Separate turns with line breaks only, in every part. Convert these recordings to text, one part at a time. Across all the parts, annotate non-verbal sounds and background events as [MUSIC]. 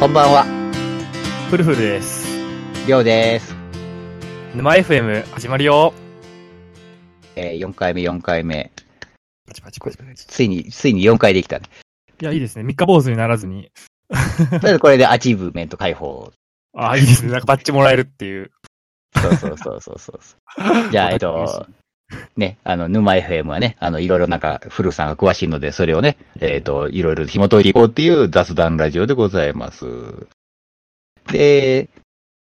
こんばんは、
フルフルです。
りょうです。
沼 FM 始まるよ。
えー、4回目、4回目。
パチパチパチパチ。
ついに、ついに4回できたね。
いや、いいですね。三日坊主にならずに。
とりあえずこれでアチーブメント解放。
ああ、いいですね。 [LAUGHS] なんかバッチもらえるっていう。
そうそうそうそうそう
[LAUGHS]
そう。じゃあ、えっと、ね、あの、沼 FM はね、あの、いろいろなんか、古さんが詳しいので、それをね、えっ、と、いろいろ紐解いていこうっていう雑談ラジオでございます。で、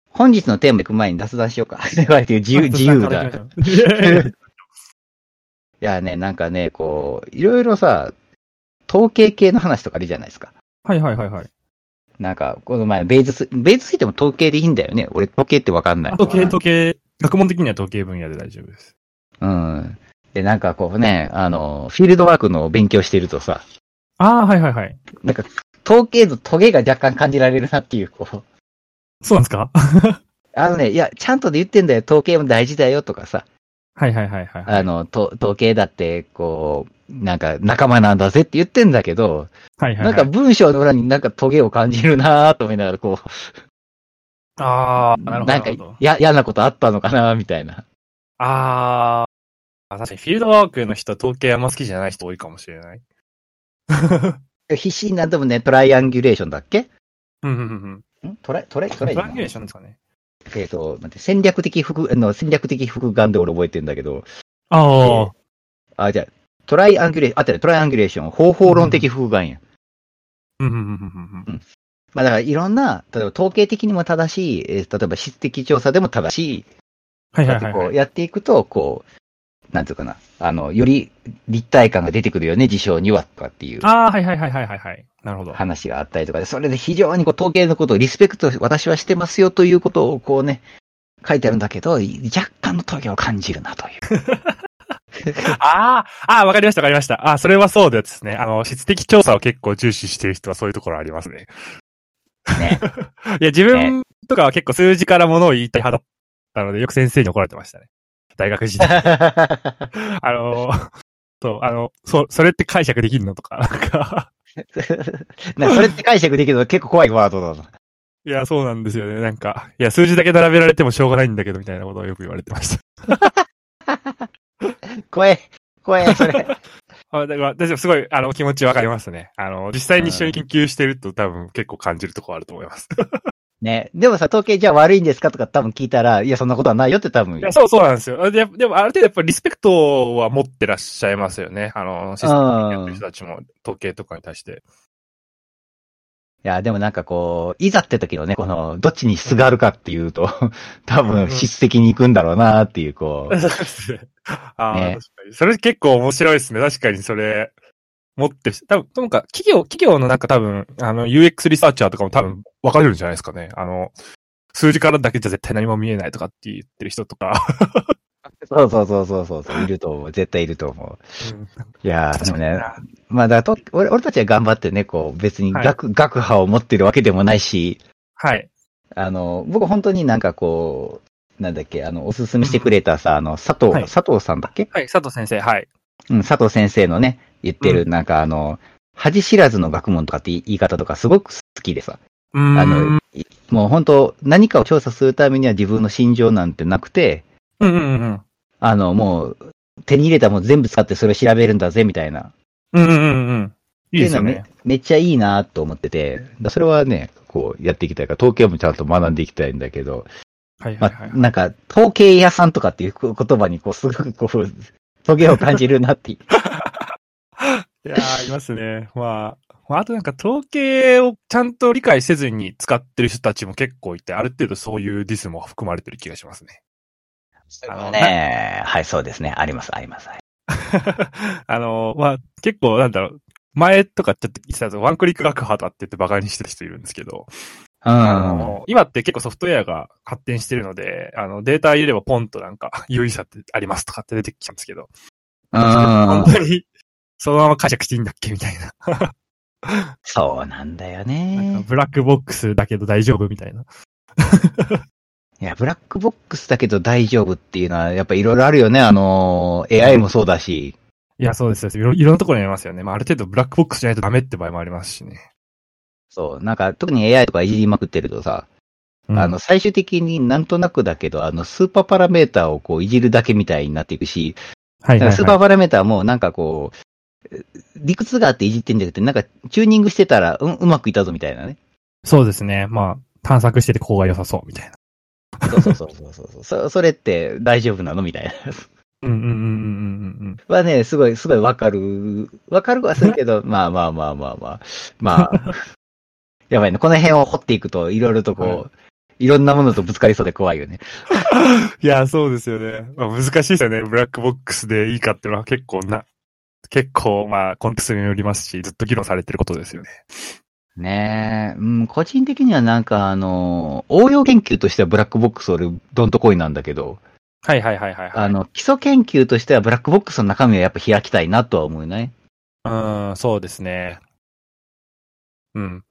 本日のテーマ行く前に雑談しようか。割と自由、自由だ。
だ。
いやね、なんかね、こう、いろいろさ、統計系の話とかあるじゃないですか。
[LAUGHS] はいはいはいはい。
なんか、この前、ベイズス、ベイズついても統計でいいんだよね。俺、統計ってわかん [LAUGHS] ない。
時計、時計、学問的には時計分野で大丈夫です。
うん。で、なんかこうね、あの、フィールドワークの勉強してるとさ、
ああ、はいはいはい。
なんか、統計のトゲが若干感じられるなっていう、こう。
そうなんですか
あのね、いや、ちゃんとで言ってんだよ、統計も大事だよとかさ、
はいはいはいはい。
あの、と統計だって、こう、なんか仲間なんだぜって言ってんだけど、
はいはい、はい。
なんか文章の裏になんかトゲを感じるなぁと思いながら、こう、
ああ、なるほど。
な
なんる
か
ほど、
や、嫌なことあったのかなみたいな。
ああ、確かにフィールドワークの人は統計あんま好きじゃない人多いかもしれ [LAUGHS] ない。
必死になんでもね、トライアンギュレーションだっけ
うんうんうん
んトライ、トライ、ト
う
ラ
ん。ト
イ
ランギュレーションですかね。
えっ、と、待って、戦略的複、あの、戦略的複眼で俺覚えてんだけど、
ああ、
あ、じゃあトライアンギュレーション、あったね、トライアンギュレーション、方法論的複眼や。
うんうんうんうんうん。
まあだからいろんな、例えば統計的にも正しい、えー例えば質的調査でも正しい、
はい
だ
は
っ
い
て
はい
こ
は
う
い。
やっていくと、こう、なんていうかな、あの、より立体感が出てくるよね、事象には、とかっていう
ああ、はいはいはいはいはいはい。なるほど。
話があったりとかで、それで非常にこう統計のことをリスペクト、私はしてますよということをこうね、書いてあるんだけど、若干の統計を感じるなという。
ああ、ああ、わかりました、わかりました。ああ、それはそうですね。あの、質的調査を結構重視してる人はそういうところありますね。
ね。
いや、自分とかは結構数字からものを言いたい派だったので、よく先生に怒られてましたね。大
[LAUGHS]
学時代。あの、そう、あの、そ、それって解釈できるのとか、なんか。
なんかそれって解釈できるの結構怖いワードだな。
いや、そうなんですよね。なんか、いや、数字だけ並べられてもしょうがないんだけど、みたいなことをよく言われてました。
怖い、怖い、そ [LAUGHS] れ。
あだから、大丈夫、すごい、あの、気持ちわかりますね。あの、実際に一緒に研究してると多分結構感じるところあると思います。
ね。でもさ、統計じゃあ悪いんですかとか多分聞いたら、いや、そんなことはないよって多分
い。や、そうそうなんですよ。ででも、ある程度やっぱりリスペクトは持ってらっしゃいますよね。あの、システムやってる人たちも、時計とかに対して。
いや、でもなんかこう、いざって時のね、この、どっちに質があるかっていうと、 [LAUGHS] 多分質的に行くんだろうなっていう、こ [LAUGHS] う。
ああ、
ね
確かに。それ結構面白いですね。確かにそれ、持ってる人多分、なんか、企業、企業のなんか多分、あの、UX リサーチャーとかも多分、分かれるんじゃないですかね。あの、数字からだけじゃ絶対何も見えないとかって言ってる人とか。
そうそうそうそうそうそう、いると思う。絶対いると思う。
[LAUGHS]
いやー、でもね、
あ
まあだからと俺、俺たちは頑張ってね、こう、別に
はい
学、学派を持ってるわけでもないし、
はい。
あの、僕本当になんかこう、なんだっけ、あの、おすすめしてくれたさ、あの、佐藤、
はい
佐藤さんだっけ
はい、佐藤先生、はい。
うん、佐藤先生のね、言ってる、
う
なんかあの、恥知らずの学問とかって言い言い方とかすごく好きでさ、
うーん。
あの、いもう本当何かを調査するためには自分の心情なんてなくて、
うんうんうん。
あの、もう、手に入れたもん全部使ってそれを調べるんだぜ、みたいな。
うんうんうんうん。いいですよ
ってう
ね
のは。めめっちゃいいなと思ってて、だからそれはね、こうやっていきたいから、統計もちゃんと学んでいきたいんだけど、
はいは
ま
いは
あ、
い。
なんか、統計屋さんとかっていう言葉に、こう、すごくこう、トゲを感じるな
[LAUGHS]
っていう。
いやー、いますね。まあ、まあ、あとなんか統計をちゃんと理解せずに使ってる人たちも結構いて、ある程度そういうディスも含まれてる気がしますね。 [LAUGHS] あの
ねえ、はい、そうですね。あります、あります。はい
あの、まあ、結構なんだろう。前とかちょっと言ってたとワンクリック学派だって言ってバカにしてる人いるんですけど、あ
うん。
の今って結構ソフトウェアが発展してるので、あのデータ入れればポンとなんか [LAUGHS] 有意差ってありますとかって出てきちゃうんですけど、
うん
本。当にそのまま解釈していいんだっけみたいな。
そうなんだよ
なんか
ね。
ブラックボックスだけど大丈夫みたいな。
いや、ブラックボックスだけど大丈夫っていうのは、やっぱいろいろあるよね。あの、AI もそうだし。
いや、そうですよ。いろいろんなところにありますよね。まあ、ある程度ブラックボックスじゃないとダメって場合もありますしね。
そう、なんか特に AI とかいじりまくってるとさ、
うん
あの、最終的になんとなくだけど、あの、スーパーパラメーターをこういじるだけみたいになっていくし、
はいはい、
スーパ
は
ーパラメーターもなんかこう、理屈があっていじってんじゃなくて、なんかチューニングしてたら、うん、うまくいったぞみたいなね。
い。そうですね。まあ、探索しててこうが良さそうみたいな。
そうそうそうそうそうそ。 [LAUGHS] それって大丈夫なのみた [LAUGHS] いな。
うんうんうんうんうんうん。
はね、すごい、すごいわかる。わかるはする [LAUGHS] けど、まあまあまあまあまあ。まあ。やばいね。この辺を掘っていくと、いろいろとこう、いろんなものとぶつかりそうで怖いよね。
いや、そうですよね。まあ、難しいですよね。ブラックボックスでいいかっていうのは結構な、結構まあ、コンテクストによりますし、ずっと議論されてることですよね。
ねえ、うん、個人的にはなんかあの、応用研究としてはブラックボックス俺、どんとこいなんだけど、
はいはいはいはい、
あの、基礎研究としてはブラックボックスの中身はやっぱ開きたいなとは思うね。
うん、そうですね。うん。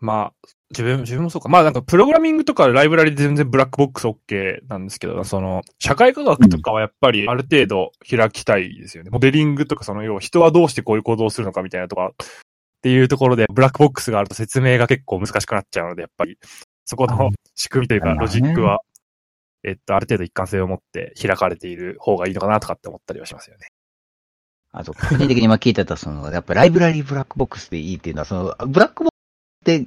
まあ、自分、自分もそうか。まあなんか、プログラミングとかライブラリで全然ブラックボックス OK なんですけど、その、社会科学とかはやっぱりある程度開きたいですよね。モデリングとか、その、要は人はどうしてこういう行動をするのかみたいなとか、っていうところで、ブラックボックスがあると説明が結構難しくなっちゃうので、やっぱり、そこ
う
の
ん
仕組みというか、
なるほ
ロ
どね
ジックは、えっと、ある程度一貫性を持って開かれている方がいいのかなとかって思ったりはしますよね。
あ
[LAUGHS]
と、個人的に今聞いてた、その、やっぱライブラリーブラックボックスでいいっていうのは、その、ブラックボックスで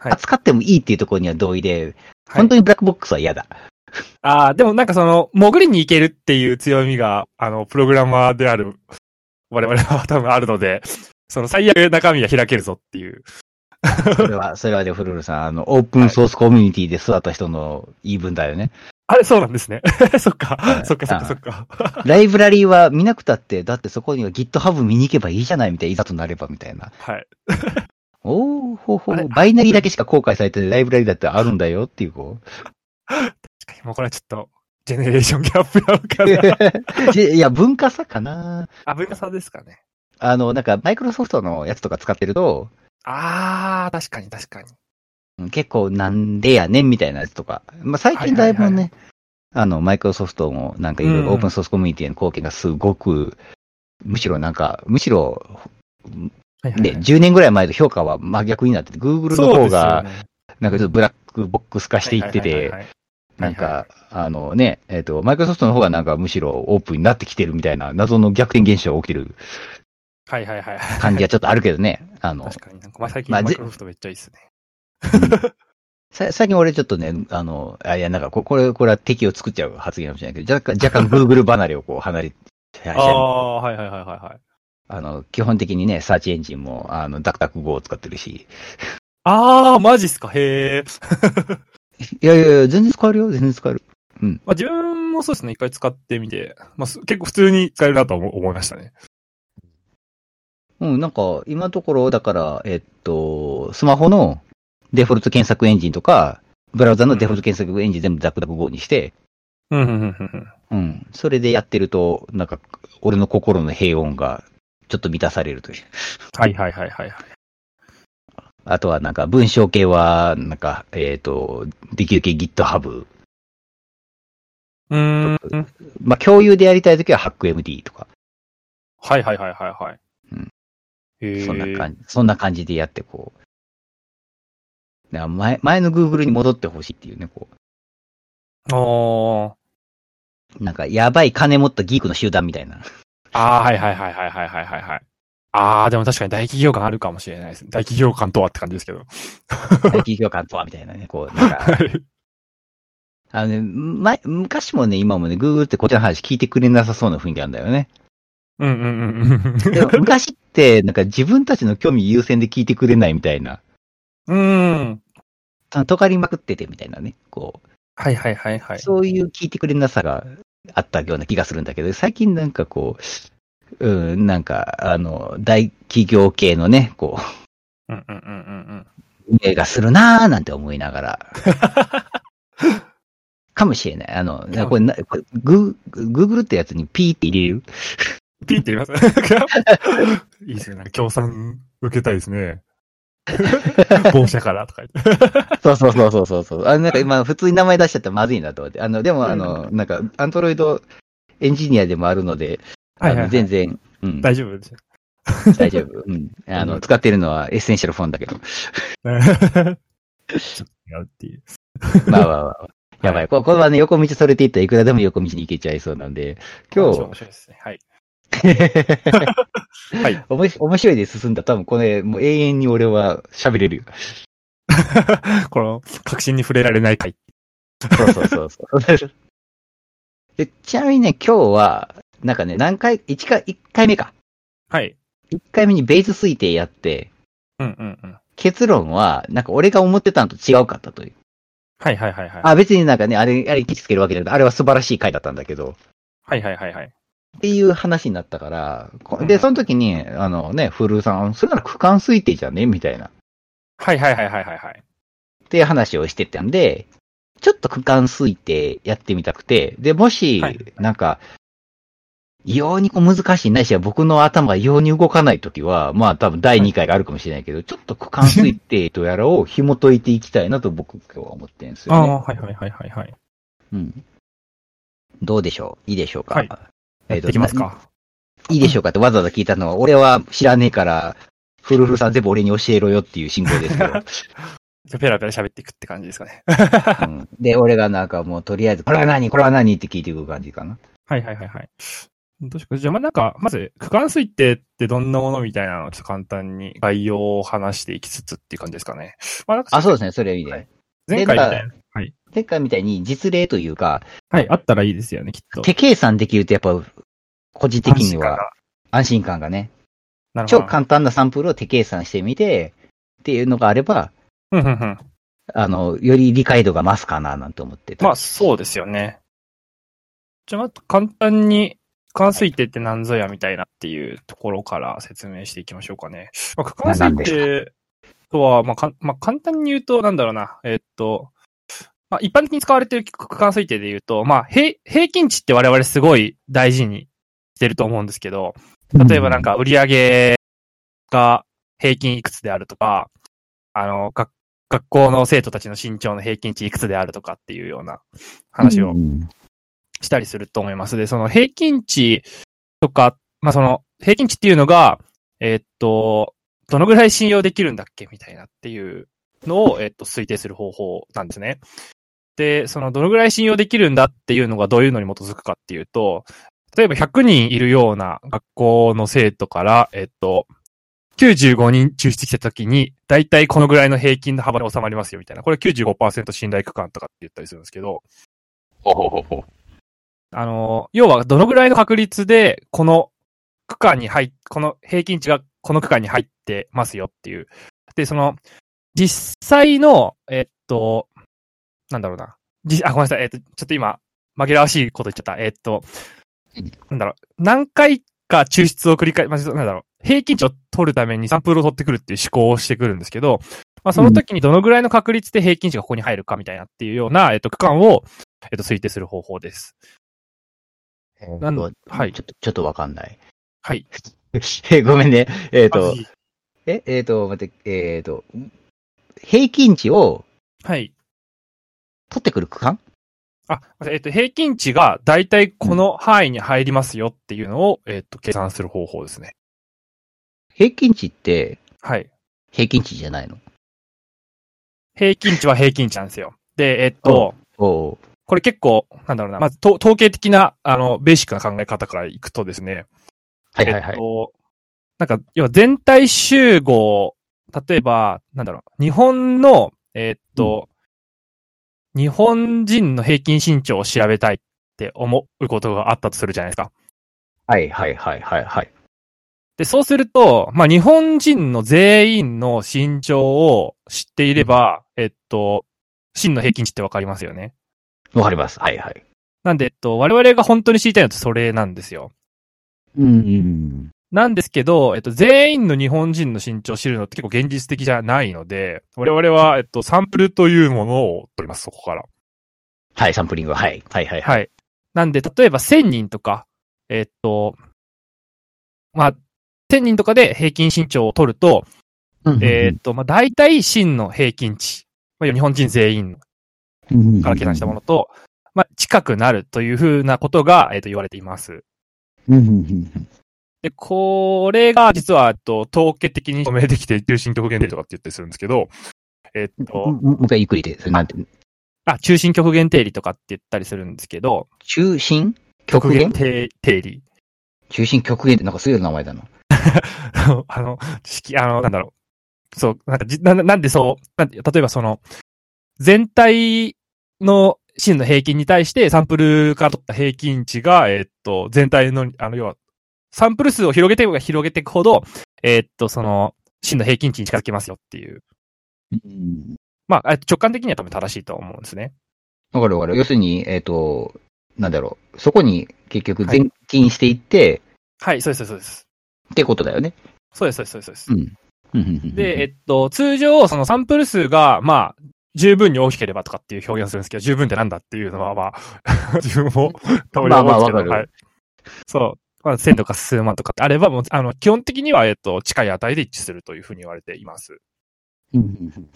はい
扱ってもいいっていうところには同意で、
はい
本当にブラックボックスは
[LAUGHS]
嫌だ。
ああ、でもなんかその、潜りに行けるっていう強みが、あの、プログラマーである、我々は多分あるので、その最悪中身が開けるぞっていう。
それは、それはで、フルルさん、あの、オープンソースコミュニティで育った人の言い分だよ
[LAUGHS]
ね。
あれ、そうなんですね。 [LAUGHS] そっ
は
か、
い
そっか、そっか、そっか。
ライブラリーは見なくたって、だってそこには GitHub 見に行けばいいじゃないみたいな、いざとなればみたいな。
はい。
おー、ほうほ
あれ
う、バイナリーだけしか公開されてないライブラリーだってあるんだよっていう、こう。
もうこれはちょっと、ジェネレーションギャップなのかな。 [LAUGHS]
[LAUGHS] いや、文化差かな
アブリカさんですかね。
あの、なんか、マイクロソフトのやつとか使ってると、
ああ、確かに、確かに。
うん結構なんでやねんみたいなやつとか。まあ、最近だいぶね、
はいはいは
あの、マイクロソフトもなんかいろい
うん
ろオープンソースコミュニティへの貢献がすごく、むしろなんか、むしろ、
はいはい
ね、10年ぐらい前と評価は真逆になってて、Google の
そうで
方
すよ
が、
ね
なんかちょっとブラックボックス化していって
はいはい
て
はい、はい
なんか、あのね、えっ、と、マイクロソフトの方がなんかむしろオープンになってきてるみたいな謎の逆転現象が起きてる
はいはいはいはい。
感じはちょっとあるけどね。あの、
確かになんか、まあ、最近
ま
マ
あぜ
イクロソフトめっちゃいいですね。
さ最近俺ちょっとね、あの、あいや、なんかこ、これ、これは敵を作っちゃう発言かもしれないけど、若干、若干 Google 離れをこう離れて、
ああ、はいはいはいはいはい。
あの、基本的にね、サーチエンジンも、あの、ダクダク Go を使ってるし。
ああ、マジっすか、へえ。
いやいやいや、全然使えるよ、全然使える。
まあ、自分もそうですね、一回使ってみて、まあ、す結構普通に使えるなと思思いましたね。
うん、なんか、今のところ、だから、えっと、スマホのデフォルト検索エンジンとか、ブラウザのデフォルト検索エンジン全部ダクダク Go にして、
うん、うん、うん、うん。
うん、それでやってると、なんか、俺の心の平穏が、ちょっと満たされるという。
はいはいはいはい。
あとはなんか文章系は、なんか、えっ、と、できる系 GitHub。
うーん。
まあ、共有でやりたいときは HackMD とか、
はいはいはいはいはい。
うん
へえ。
そんな感じ、そんな感じでやってこう。だから前、前の Google に戻ってほしいっていうね、こ
あー
う。なんか、やばい金持ったギークの集団みたいな。
あー、はいはいはいはいはいはいはいはい。ああ、でも確かに大企業感あるかもしれないです。大企業感とはって感じですけど。
企業感とは、みたいなね、こう、なんか。あのね、前、昔もね、今もね、Google ってこっちの話聞いてくれなさそうな雰囲気なんだよね。
うんうんうんうん。
でも昔って、なんか自分たちの興味優先で聞いてくれないみたいな。
うーん。
尖りまくっててみたいなね、こう。
はいはいはいはい。
そういう聞いてくれなさがあったような気がするんだけど、最近なんかこう、うん、なんか、あの、大企業系のね、こ
うんうんうんうんうん。
う、映画するなーなんて思いなが [LAUGHS] ら。かもしれない。あの、
も
これな、これグー、グーグルってやつにピーって入れる
ピーって言いますいいですね。 [LAUGHS] なんか協賛受けたいで
[LAUGHS]
すね。某社からとか言って。
そうそうそうそうそうそう。あの、なんか今、普通に名前出しちゃったらまずいなと思って。あの、でもあの、なんか、アンドロイドエンジニアでもあるので、あの全然、うん。 [LAUGHS]
大丈夫ですよ。
大丈夫。うん。あの、使ってるのはエッセンシャルフォンだけど。
ちょっと違うっていう。
[LAUGHS] まあまあまあ。やばい。ここれはね、横道それていったらいくらでも横道に行けちゃいそうなんで、今日 [LAUGHS]
面、白いですね。はい。
はい。おもし面白いで進んだら多分これ、もう永遠に俺は喋れるよ。
[LAUGHS] この、確信に触れられない回。
そうそうそうそう。 [LAUGHS] でちなみにね、今日は、なんかね、何回、一回、一回目か。
はい。
一回目にベース推定やって、
うんうんうん。
結論は、なんか俺が思ってたのと違うかったという。
はいはいはいはい。
あ、別になんかね、あれ、あれ、気つけるわけじゃなくて、あれは素晴らしい回だったんだけど、
はいはいはいはい。
っていう話になったから、こ
う
で、
ん
その時に、あのね、フルーさん、それなら区間推定じゃねみたいな。
はいはいはいはいはいはい。
っていう話をしてたんで、ちょっと区間推定やってみたくて、で、もし
はい、
なんか、異様にこう難しいないしは僕の頭が異様に動かないときは、まあ多分第2回があるかもしれないけど、ちょっと区間推定とやらを紐解いていきたいなと僕今日は思ってるんです
あ [LAUGHS]
よね。
あ、はいはいはいはいはい。
うん、どうでしょういいでしょうか、
はい
えっと
できますか
いいでしょうかってわざわざ聞いたのは、俺は知らねえから、フルフルさん全部俺に教えろよっていう信号です
[LAUGHS]
けど。
ペラペラ喋っていくって感じですかね。
うんで、俺がなんかもうとりあえず、これは何これは何って聞いていく感じかな。
はいはいはいはい。どうしようか。じゃあ、まあ、なんか、まず、区間推定ってどんなものみたいなのをちょっと簡単に概要を話していきつつっていう感じですかね。まあ、なん
あ、
か、
そうですね、それいい
は
ね
い。前回みた
前
いな。はい。
前回みたいに実例というか、
はい、あったらいいですよね、きっと。
手計算できるとやっぱ、個人的には
は。
安心感がね、
なるほ
超
ど。
簡単なサンプルを手計算してみて、っていうのがあれば、
うんうんうん。
あの、より理解度が増すかな、なんて思ってた。
まあ、そうですよね。じゃあ、まず簡単に、区間推定って何ぞやみたいなっていうところから説明していきましょうかね。まあ、区間
なん
推定とは、まあかん、まあ、簡単に言うと、なんだろうな、えっと、まあ、一般的に使われている区間推定で言うと、まあ、平平均値って我々すごい大事にしてると思うんですけど、例えばなん
か、
か売り上げが平均いくつであるとか、あの、学学校の生徒たちの身長の平均値いくつであるとかっていうような話を
うん
したりすると思います。で、その平均値とか、まあ、その平均値っていうのが、えーっと、どのぐらい信用できるんだっけみたいなっていうのを、えーっと、推定する方法なんですね。で、そのどのぐらい信用できるんだっていうのがどういうのに基づくかっていうと、例えば100人いるような学校の生徒から、えーっと、95人抽出したときに、だいたいこのぐらいの平均の幅に収まりますよみたいな。これ95%信頼区間とかって言ったりするんですけど、
ほほほほ。
あの、要はどのぐらいの確率で、この区間に入っ、この平均値がこの区間に入ってますよっていう。で、その、実際の、えっと、なんだろうな。じあ、ごめんなさい。えっと、ちょっと今、紛らわしいこと言っちゃった。えっと
うん、
なんだろう。何回か抽出を繰り返、まあ、ちょっとなんだろう。平均値を取るためにサンプルを取ってくるっていう思考をしてくるんですけど、まあ、その時にどのぐらいの確率で平均値がここに入るかみたいなっていうような、えっと、区間を、えっと、推定する方法です。なん
ちょっと
はい
ちょっと、ちょっとわかんない。
はい。
[LAUGHS] えごめんね。えっ、と
あ、
え、えっ、と、待って、えっ、と、平均値を
はい。
取ってくる区間
あ、えっと、平均値がだいたいこの範囲に入りますよっていうのを、えっと、計算する方法ですね。
平均値って、
はい。
平均値じゃないの
平均値は平均値なんですよ。で、えっと、
おう
これ結構、なんだろうな、まず、と統計的な、あの、ベーシックな考え方からいくとですね、
はいはいは
えっ
い。
と、なんか、要は全体集合、例えば、なんだろう、日本の、えっと、日本人の平均身長を調べたいって思うことがあったとするじゃないですか。
はいはいはいはいはい。
で、そうすると、まあ、日本人の全員の身長を知っていれば、えっと、真の平均値ってわかりますよね。
わかります。はいはい。
なんで、えっと、我々が本当に知りたいのってそれなんですよ。
うん。
なんですけど、えっと、全員の日本人の身長を知るのって結構現実的じゃないので、我々は、えっと、サンプルというものを取ります、そこから。
はい、サンプリングは。はい。はいはいはい。
はい。なんで、例えば1000人とか、えっと、まあ、1000人とかで平均身長を取ると、えーっと、まあ、大体、真の平均値。まあ、日本人全員
ー
から計算したものと、まあ、近くなるというふうなことが、えーっと、言われています。
の。
で、これが実は、えっと、統計的に証明できて、中心極限定とかって言ったりするんですけど、えっ
も
と、
もう一回ゆっくりで、それなんて、
あ、中心極限定理とかって言ったりするんですけど、
中心極限
定定理。
中心極限ってなんかすげえ名前だな。
[LAUGHS] あの、式、あの、なんだろう。そう、なんかじ、ななんでそう、なん例えばその、全体の芯の平均に対してサンプルから取った平均値が、えーっと、全体の、あの、要は、サンプル数を広げていけば広げていくほど、えーっと、その、真の平均値に近づきますよっていう。
うん。
まあ、えっと直感的には多分正しいと思うんですね。
わかるわかる。要するに、えっ、と、なんだろう。そこに結局前進していって、
はい、そうです、そうです。
ってことだよね。
そうです、そうです、そうですそうです。
うん。うんうんうん
で、えっと、通常、そのサンプル数が、まあ、十分に大きければとかっていう表現をするんですけど、十分ってなんだっていうのは、まあ、 [LAUGHS] 自
[LAUGHS]
分も、たまに思うんですけど、
まあまあわかる
はい。そう。まあ、千とか数万とかってあれば、もう、あの、基本的には、えっと、近い値で一致するというふうに言われています。
うんうんうん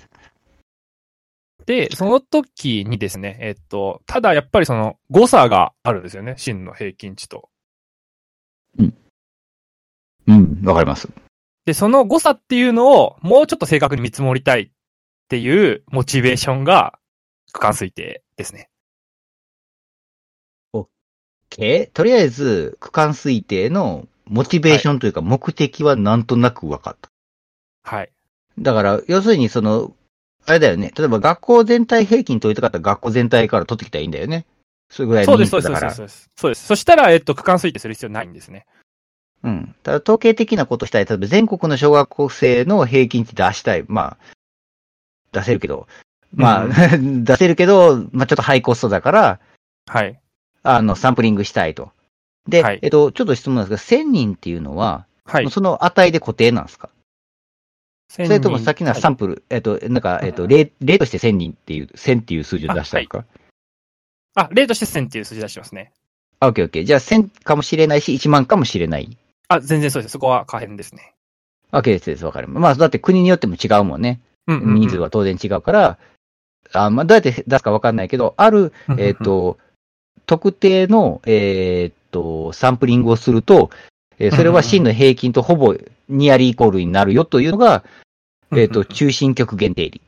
で、その時にですね、えっと、ただやっぱりその誤差があるんですよね、真の平均値と。
うん、わかります。
で、その誤差っていうのをもうちょっと正確に見積もりたいっていうモチベーションが区間推定ですね。
けとりあえず、区間推定のモチベーションというか目的はなんとなく分かった。
はい。
だから、要するにその、あれだよね。例えば学校全体平均取りたかったら学校全体から取ってきたらいいんだよね。それぐらい
そ
の
うで
人
す、そう
数
で
だか
す、そうで
ら
す。そうです。そうです。そしたら、えっと、区間推定する必要ないんですね。
うん。ただ統計的なことしたい。例えば全国の小学校生の平均値出したい。まあ、出せるけど。まあ、 [LAUGHS] 出せるけど、まあちょっとハイコストだから、
はい。
あの、サンプリングしたいと。で、
はい
えっと、ちょっと質問なんですけど、1000人っていうのは、
はい。
その値で固定なんですか
そ
それともさっきのサンプル、えっと、なんか、えっと、例、例として1000人っていう、1000っていう数字を出したのか、
あ、例として1000っていう数字出してますね。
あ、オッケーオッケー。じゃあ1000かもしれないし、1万かもしれない。
あ、全然そうです。そこは可変ですね。
オッケーですです、わかります。まあ、だって国によっても違うもんね。
うんうんうん
人数は当然違うから、あまあ、どうやって出すかわかんないけど、ある、えっ、、と、特定の、えっ、と、サンプリングをすると、えーそれは真の平均とほぼニアリーイコールになるよというのが、えっ、と、中心極限定理。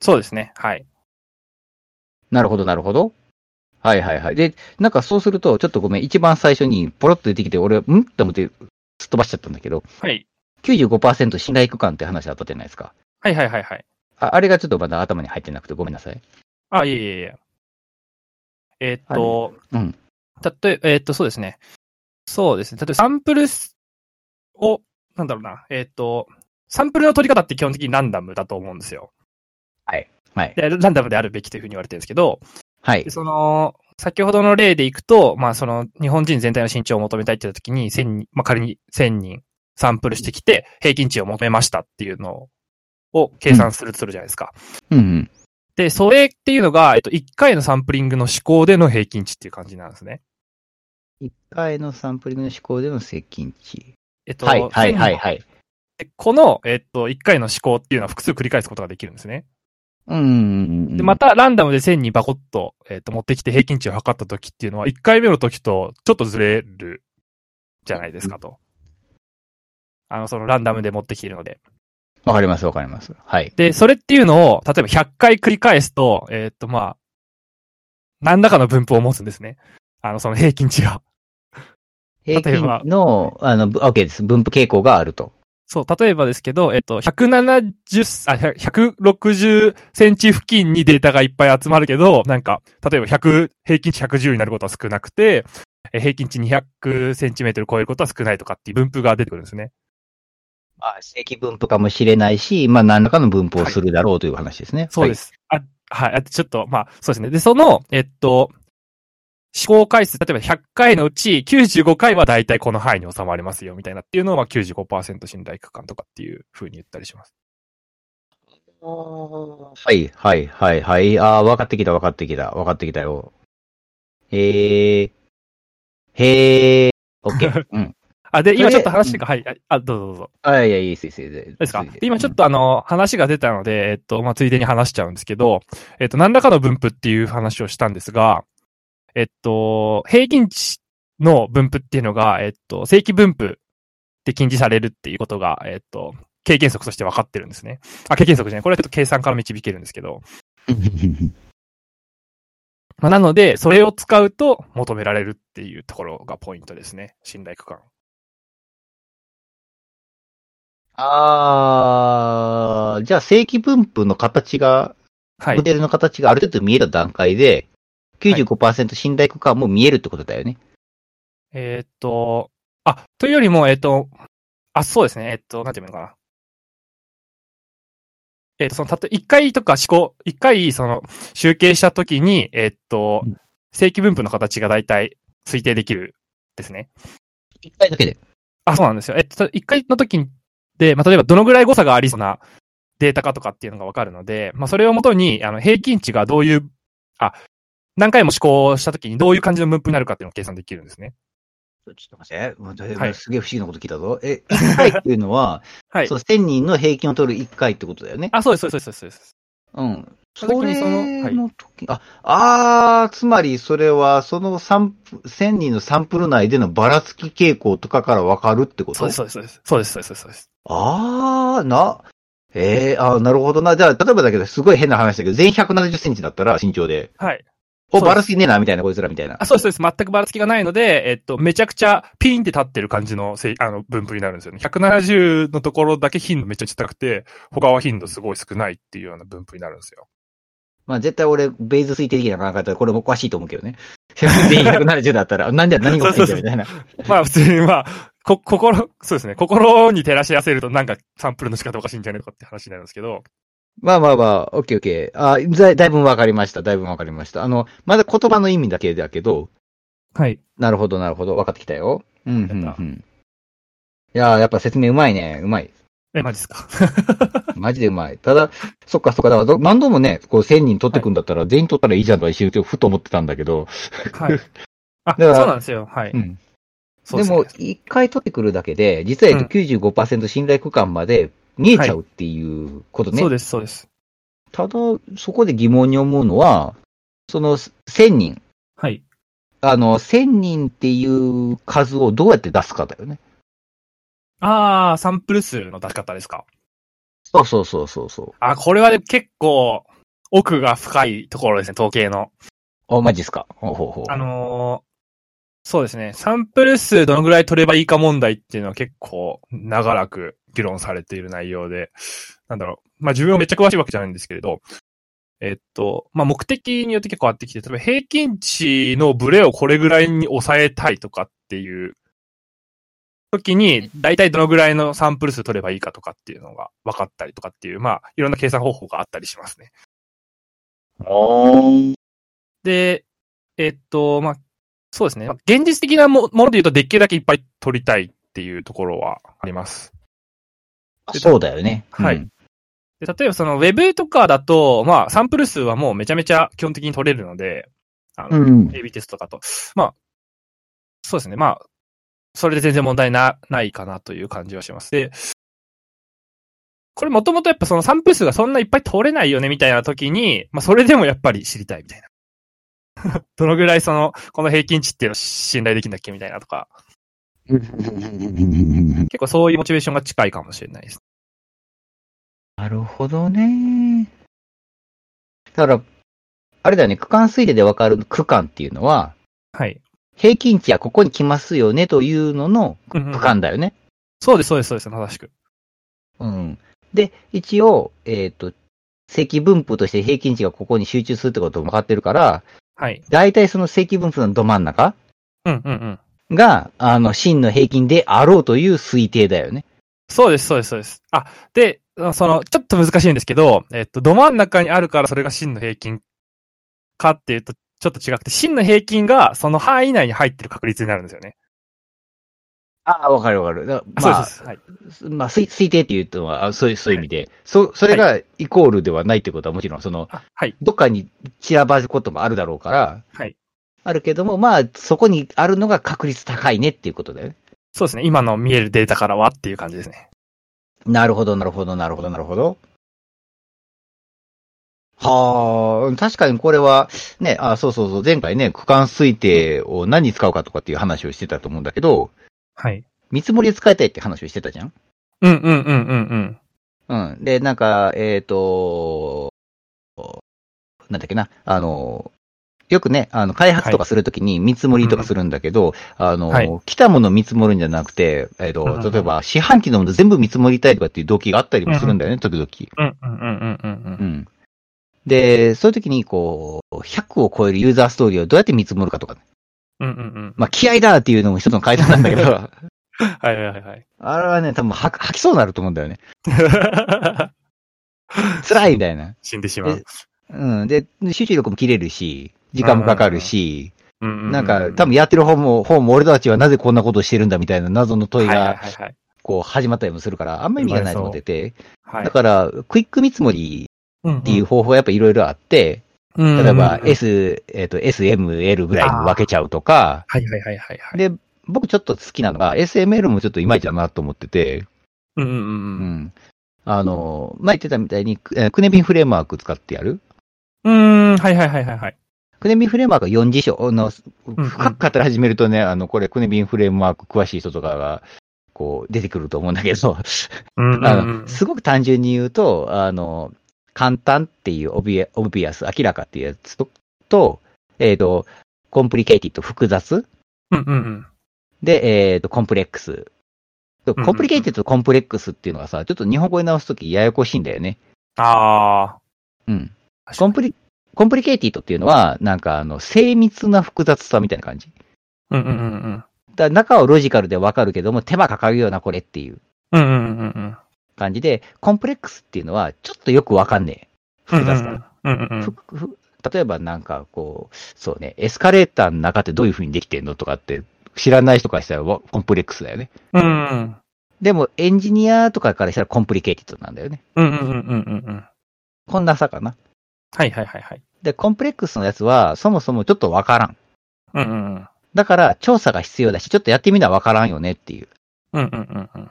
そうですね。はい。
なるほど、なるほど。はいはいはい。で、なんかそうすると、ちょっとごめん、一番最初にポロッと出てきて、俺、んって思って、すっ飛ばしちゃったんだけど、
はい。
95%信頼区間って話あったじゃないですか。
はいはいはいはい。
ああれがちょっとまだ頭に入ってなくてごめんなさい。
あ、いえいえいえ。えっと、
あれうん。
例え、えっと、そうですね。そうですね。例えばサンプルすを、なんだろうな。えっと、サンプルの取り方って基本的にランダムだと思うんですよ。
はい。
で、ランダムであるべきというふうに言われてるんですけど、
はい
で。その、先ほどの例でいくと、まあ、その、日本人全体の身長を求めたいって言った時に、1000人、まあ、仮に1000人サンプルしてきて、平均値を求めましたっていうのを計算するとするじゃないですか。
うんうん。
で、それっていうのが、えっと、1回のサンプリングの試行での平均値っていう感じなんですね。
1回のサンプリングの試行での接近値。
えっと、
はいはいはい
1000
はい。
でこの、えっと、1回の試行っていうのは複数繰り返すことができるんですね。
うんうんうんうん。
で、また、ランダムで1000人バコッと、えっと、持ってきて平均値を測った時っていうのは、1回目の時とちょっとずれるじゃないですかと。あの、そのランダムで持ってきているので。
わかりますわかります。はい。
で、それっていうのを、例えば100回繰り返すと、えっと、まあ、何らかの分布を持つんですね。あの、その平均値が。
平
例え
均
ば
の、あの、ぶ OK です。分布傾向があると。
そう、例えばですけど、えっと、170、あ、100 160センチ付近にデータがいっぱい集まるけど、なんか、例えば100、平均値110になることは少なくて、え平均値200センチメートル超えることは少ないとかっていう分布が出てくるんですね。
まあ、正規分布かもしれないし、まあ、何らかの分布をするだろうという話ですね。。
そうですす。あ、はい、あとちょっと、まあ、そうですね。で、その、えっと、試行回数、例えば100回のうち95回は大体この範囲に収まりますよ、みたいなっていうのは95%信頼区間とかっていう風に言ったりします。
はい、はい、はい、はい。ああ、分かってきた、分かってきた、分かってきたよ。へえ、へえ、オッケ
[LAUGHS]
ー。うん。
あ、で、今ちょっと話
それ
が、はい、はいあ、どうぞどうぞ。
あいや、いいです、いいです。いい
どうですか
いい
で今ちょっとあの、話が出たので、えっと、まあ、ついでに話しちゃうんですけど、えっと、何らかの分布っていう話をしたんですが、えっと、平均値の分布っていうのが、えっと、正規分布で禁止されるっていうことが、えっと、経験則として分かってるんですね。あ、経験則じゃない。これはちょっと計算から導けるんですけど。まあ、なので、それを使うと求められるっていうところがポイントですね。信頼区間。
[LAUGHS] あー、じゃあ正規分布の形が、
はい
モ。デルの形がある程度見えた段階で、95%信頼区間も見えるってことだよね。
えーっと、あ、というよりも、えーっと、あ、そうですね。えーっと、なんていうのかな。えーっと、その、たと、一回とか思考、一回、その、集計したときに、えーっと
うん、
正規分布の形が大体推定できるですね。
一回だけで。
あ、そうなんですよ。えっと、一回の時にで、まあ、例えばどのぐらい誤差がありそうなデータかとかっていうのがわかるので、まあ、それをもとに、あの、平均値がどういう、あ、何回も試行した時にどういう感じの分布になるかっていうのを計算できるんですね。
ちょっと待ってもうだいぶ
はい
すげえ不思議なこと聞いたぞ。え、1回っていうのは、
はい
そ。の1000人の平均を取る1回ってことだよね。
あ、そうです、そうです、そうです。
うん。
そ
そ
の時に
れ
そのはい
の時、あ、あー、つまりそれは、そのサンプ、1000人のサンプル内でのばらつき傾向とかからわかるってこと
そうです、そうです、そうです。そうです、そうです、そうです。
あー、な、ええー、あーなるほどな。じゃあ、例えばだけど、すごい変な話だけど、全員170センチだったら身長で、
はい。
お、
そうです
ばらつきねえな、みたいな、こいつらみたいな
あ、。そうです、そうです。全くばらつきがないので、えっと、めちゃくちゃピンって立ってる感じのせい、あの、分布になるんですよね。170のところだけ頻度めちゃくちゃ高くて、他は頻度すごい少ないっていうような分布になるんですよ。
まあ、絶対俺、ベイズ推定的な考え方で、これもおかしいと思うけどね。 [LAUGHS] 全員170だったら、なんで何が起きてんだよみた
[LAUGHS]
いな。
まあ普通にまあ、こ、 [LAUGHS] 心、そうですね。心に照らし合わせるとなんかサンプルの仕方おかしいんじゃないかって話になるんですけど。
まあまあまあ、オッケーオッケー。あーだいだいぶわかりました。だいぶわかりました。あの、まだ言葉の意味だけだけど、
はい。
なるほど、なるほど。分かってきたよ。うん、うん、
やった
うん。いやー、やっぱ説明うまいね。うまい。
え、マジです [LAUGHS] か。
マジでうまい。ただ、 [LAUGHS] そっかそっか。だからど、何度もね、こう、1000人取ってくんだったら、全員取ったらいいじゃんとは一瞬、ふと思ってたんだけど、
はい。あ、
から
そうなんですよ。はい。
うん。
そう
で
ですね
も、一回取ってくるだけで、実はえっと95%信頼区間まで見えちゃうっていうことね。
そうです、そうです。
ただ、そこで疑問に思うのは、その、1000人。
はい。
あの、1000人っていう数をどうやって出すかだよね。
あー、サンプル数の出し方ですか。
そうそうそうそうそう。
あ、これはね、結構、奥が深いところですね、統計の。
あ、マジっすか。ほうほうほう。
あのーそうですね。サンプル数どのぐらい取ればいいか問題っていうのは結構長らく議論されている内容で、なんだろう。まあ自分はめっちゃ詳しいわけじゃないんですけれど、えっと、まあ目的によって結構あってきて、例えば平均値のブレをこれぐらいに抑えたいとかっていう時に、大体どのぐらいのサンプル数取ればいいかとかっていうのが分かったりとかっていう、まあいろんな計算方法があったりしますね。で、えっと、まあ、そうですね。まあ現実的なももので言うと、できるだけいっぱい取りたいっていうところはあります。
そうだよね。
はい
うん
で例えば、その、ウェブとかだと、まあ、サンプル数はもうめちゃめちゃ基本的に取れるので、あの、
うん。
AB テストとかと。まあ、そうですね。まあ、それで全然問題な、ないかなという感じはします。で、これもともとやっぱそのサンプル数がそんないっぱい取れないよねみたいな時に、まあそれでもやっぱり知りたいみたいな。どのぐらいその、この平均値っていうのを信頼できるんだっけみたいなとか、結構そういうモチベーションが近いかもしれないです。
なるほどね。だから、あれだよね、区間推定でわかる区間っていうのは、
はい。
平均値はここに来ますよねというのの
うんうん
区間だよね。
そうです、そうです、そうです。正しく。
うん。で、一応、えっ、と、積分布として平均値がここに集中するってことも分かってるから、
はい。
大体その積分布のど真ん中
うんうんうん。
が、あの、真の平均であろうという推定だよね。
そうです、そうです、そうです。あ、で、その、ちょっと難しいんですけど、えっと、ど真ん中にあるからそれが真の平均かっていうと、ちょっと違くて、真の平均がその範囲内に入ってる確率になるんですよね。
ああ、わかるわかる。だ
あ
まあ、
そうですそうです。はい。
まあ、推推定っていうのは、あそういう、そういう意味で、そ、それがイコールではないってことはもちろん、その、
あはい。
どっかに散らばることもあるだろうから、
はい。
あるけども、まあ、そこにあるのが確率高いねっていうことだよね。
そうですね。今の見えるデータからはっていう感じですね。
なるほど、なるほど、なるほど、なるほど。はあ、確かにこれは、ね、あ、そうそうそう、前回ね、区間推定を何に使うかとかっていう話をしてたと思うんだけど、
はい。
見積もりで使いたいって話をしてたじゃん
うんうんうんうん
うん。で、なんか、えっ、と、なんだっけな、あの、よくね、あの、開発とかするときに見積もりとかするんだけど、あの、
はい
来たもの見積もるんじゃなくて、えっ、
うんう
と、
ん
例えば、四半期のもの全部見積もりたいとかっていう動機があったりもするんだよね、時々。
うん。うんうんうんうんうん
う。ん。で、そういう時に、こう、100を超えるユーザーストーリーをどうやって見積もるかとかね。
うんうんうん。
まあ、気合だっていうのも一つの階段なんだけ
[LAUGHS]
ど、
はいはいはい。 [LAUGHS]
あれはね、多分吐吐きそうになると思うんだよね。辛いみたいな。
死んでしまう。
うん。で、集中力も切れるし、時間もかかるし、
うんうんう
なんか、多分やってる方も、方も俺たちはなぜこんなことをしてるんだみたいな謎の問い
はいはい
が、
はいはい。
こう、始まったりもするから、あんまり意味がないと思ってて、
はい
だから、クイック見積もり
っ
っていう、方法はやっぱいろいろあって、
うん
例えば、
うん
S、えっと、SML ぐらいに分けちゃうとか、
はいはいはいはいはい。
で、僕ちょっと好きなのが、SML もちょっといまいちだなと思ってて、
うんうん
う
うん
ん。あの、前言ってたみたいに、くえークネビンフレームワーク使ってやる
うん。うーん、はいはいはいはいはい。
クネビンフレームワークは4辞書の、
うん
深く語り始めるとね、あの、これクネビンフレームワーク詳しい人とかが、こう、出てくると思うんだけど、
うんうんうん
あの、すごく単純に言うと、あの、簡単っていうオビエ、オビアス、明らかっていうやつと、とえっ、と、コンプリケイティッド、複雑
うんうんうん。
で、えっ、と、コンプレックス。コンプリケイティとコンプレックスっていうのがさ、ちょっと日本語に直すときややこしいんだよね。
あ
うん。
あ。
コンプリ、コンプリケイティとっていうのは、なんかあの、精密な複雑さみたいな感じ。
うんうんうんうん。
だから中をロジカルでわかるけども、手間かかるようなこれっていう
うんうんうんうん。
感じで、コンプレックスっていうのは、ちょっとよくわかんねえ。複雑な。
うんうんうん。
ふふ例えばなんかこう、そうね、エスカレーターの中ってどういう風にできてんのとかって、知らない人からしたらわコンプレックスだよね。
うんうん
でも、エンジニアとかからしたらコンプリケイティとなんだよね。
うんうんうんうんうんうん。
こんなさかな。
はいはいはいはい。
で、コンプレックスのやつは、そもそもちょっとわからん。
うんうんうん。
だから、調査が必要だし、ちょっとやってみなわからんよねっていう。
うんうんうん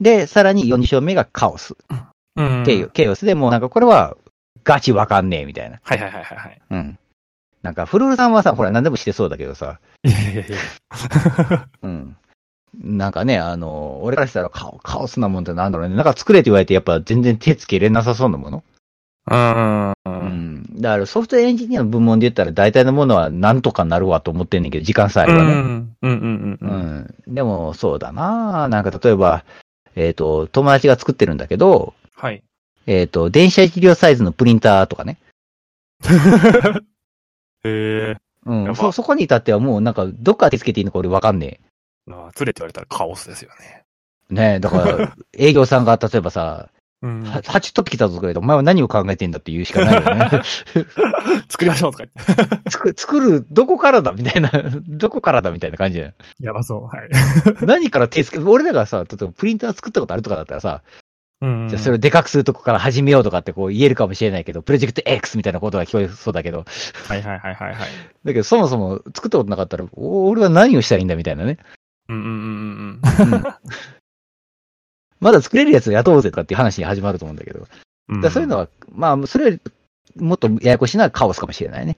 で、さらに4章目がカオス。
うん。うん。
ケイオケイオスでもうなんかこれは、ガチわかんねえみたいな。
はいはいはいはいはい。
うん。なんか、フルールさんはさ、ほら、何でもしてそうだけどさ、
いやいやいや。
うん。なんかね、あの、俺からしたらカオカオスなもんってなんだろうね。なんか作れって言われて、やっぱ全然手つけれなさそうなもの。
う。
うん
うん
ん。だから、ソフトウェアエンジニアの部門で言ったら、大体のものはなんとかなるわと思ってんねんけど、時間さえあれ
う
ばね。
んうんうんう。
うんん。でも、そうだななんか例えば、えっ、と、友達が作ってるんだけど、
はい。
えっ、と、電子1両サイズのプリンターとかね。
[LAUGHS] へえ。
う
やば
ん。そ、そこに至ってはもうなんか、どっから手つけていいのか俺わかんね
まあ、つれって言われたらカオスですよね。
え。ねえ、だ
[LAUGHS]
から、営業さんが例えばさ、
うん
は鉢取ってきたぞとか言うと、お前は何を考えてんだって言うしかないよ
[LAUGHS]
ね。
[LAUGHS] 作りましょうとか言って。
作作る、どこからだみたいな、 [LAUGHS] どこからだみたいな感じだよ
[LAUGHS] やばそう。はい。
何から手つけ、俺らがさ、例えばプリンター作ったことあるとかだったらさ、
うん
じゃあそれをでかくするとこから始めようとかってこう言えるかもしれないけど、プロジェクト X みたいなことが聞こえそうだけど、
はいはいはいはいはい。
だけど、そもそも作ったことなかったら、お俺は何をしたらいいんだみたいなね。
うんうんうんうん。
まだ作れるやつを雇おうぜとかっていう話に始まると思うんだけど。だか
[LAUGHS] うん
らそういうのは、まあ、それよりもっとややこしいのはカオスかもしれないね。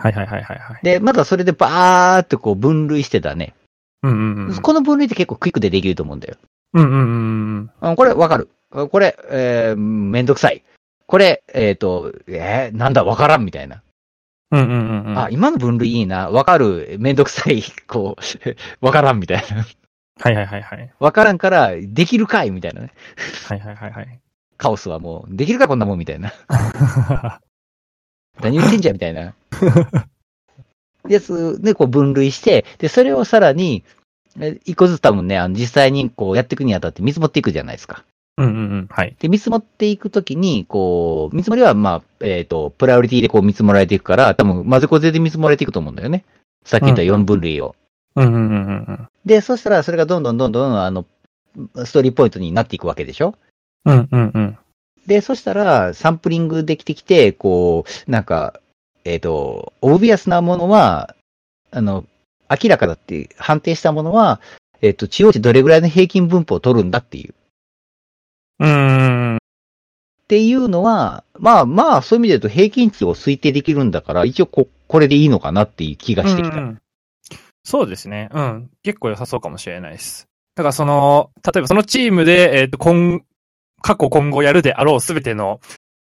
はいはいはいはいはい。
で、まだそれでバーってこう分類してたね。
うんうんうん。
この分類って結構クイックでできると思うんだよ。
うんうんうんうん。
あこれわかる。あこれ、えー、めんどくさい。これ、えっ、と、えーなんだわからんみたいな。
うんうんうんうん。
あ、今の分類いいな。わかる。めんどくさい。こう、 [LAUGHS] わからんみたいな。
はいはいはいはい。
わからんから、できるかいみたいなね。
はいはいはいはい。 [LAUGHS]
カオスはもう、できるかこんなもんみたいな。何言ってんじゃんみたいな。やつでこう分類して、で、それをさらに、え一個ずつ多分ね、あの、実際にこうやっていくにあたって見積もっていくじゃないですか。
うんうんうん。はい。
で、見積もっていくときに、こう、見積もりはまあ、えっ、と、プライオリティでこう見積もられていくから、多分混ぜこぜで見積もられていくと思うんだよね。さっき言った4分類を。
うんうんうんうん
で、そしたらそれがどんどんどんどん、あの、ストーリーポイントになっていくわけでしょ
うん。うんうんうん。
で、そしたら、サンプリングできてきて、こう、なんか、えっ、と、オブビアスなものは、あの、明らかだって判定したものは、えっ、と、中央値どれぐらいの平均分布を取るんだっていう。
うーん。
っていうのは、まあまあ、そういう意味で言うと平均値を推定できるんだから、一応こ、これでいいのかなっていう気がしてき
う
た。
んうんそうですね。うん。結構良さそうかもしれないです。だからその、例えばそのチームで、えっ、と、今、過去今後やるであろうすべての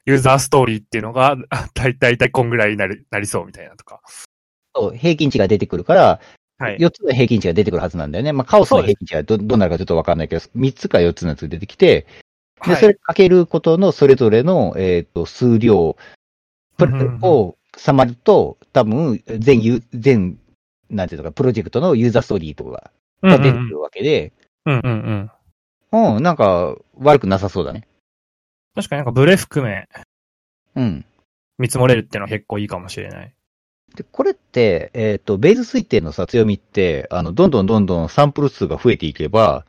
ユーザーストーリーっていうのが、 [LAUGHS] だいたいこんぐらいになり、なりそうみたいなとか。
そう平均値が出てくるから、
はい。
4つの平均値が出てくるはずなんだよね。まあ、カオスの平均値はど、どうなるかちょっとわかんないけど、3つか4つのやつが出てきて、で、
はい
それかけることのそれぞれの、えっ、と、数量プラ
うんうんうん
を収まると、多分、全ユ、全、なんていうのか、プロジェクトのユーザーストーリーとか
うんう
が
ん
出てくるわけで、
うんうんうん。
うん、なんか、悪くなさそうだね。
確かになんかブレ含め
うん。
見積もれるっていうのは結構いいかもしれない。
で、これって、えっ、と、ベイズ推定のさ、強みって、あの、どんどんどんどんサンプル数が増えていけば、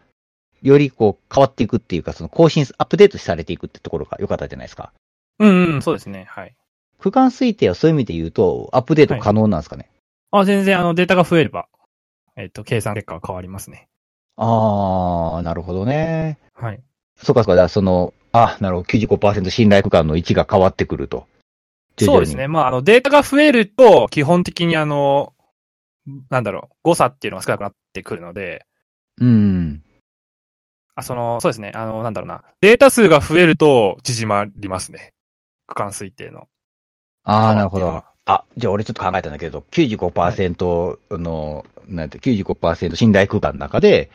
よりこう変わっていくっていうか、その更新、アップデートされていくってところが良かったじゃないですか。
うんうん、そうですね。はい。
区間推定はそういう意味で言うと、アップデート可能なんですかね。
あ、全然あのデータが増えれば、えっ、と、計算結果は変わりますね。
あー、なるほどね。
はい。
そうかそうか、だからその、あ、なるほど、95%信頼区間の位置が変わってくると。徐
そう
々
で
に
すね。。まあ、あの、データが増えると、基本的にあの、なんだろう、誤差っていうのが少なくなってくるので、
うん。
あ、その、そうですね。あの、なんだろうな。データ数が増えると、縮まりますね。区間推定の。
あー、なるほ
変わっ
ど。あ、じゃあ俺ちょっと考えたんだけど、95%の、なんて、95%信頼区間の中で、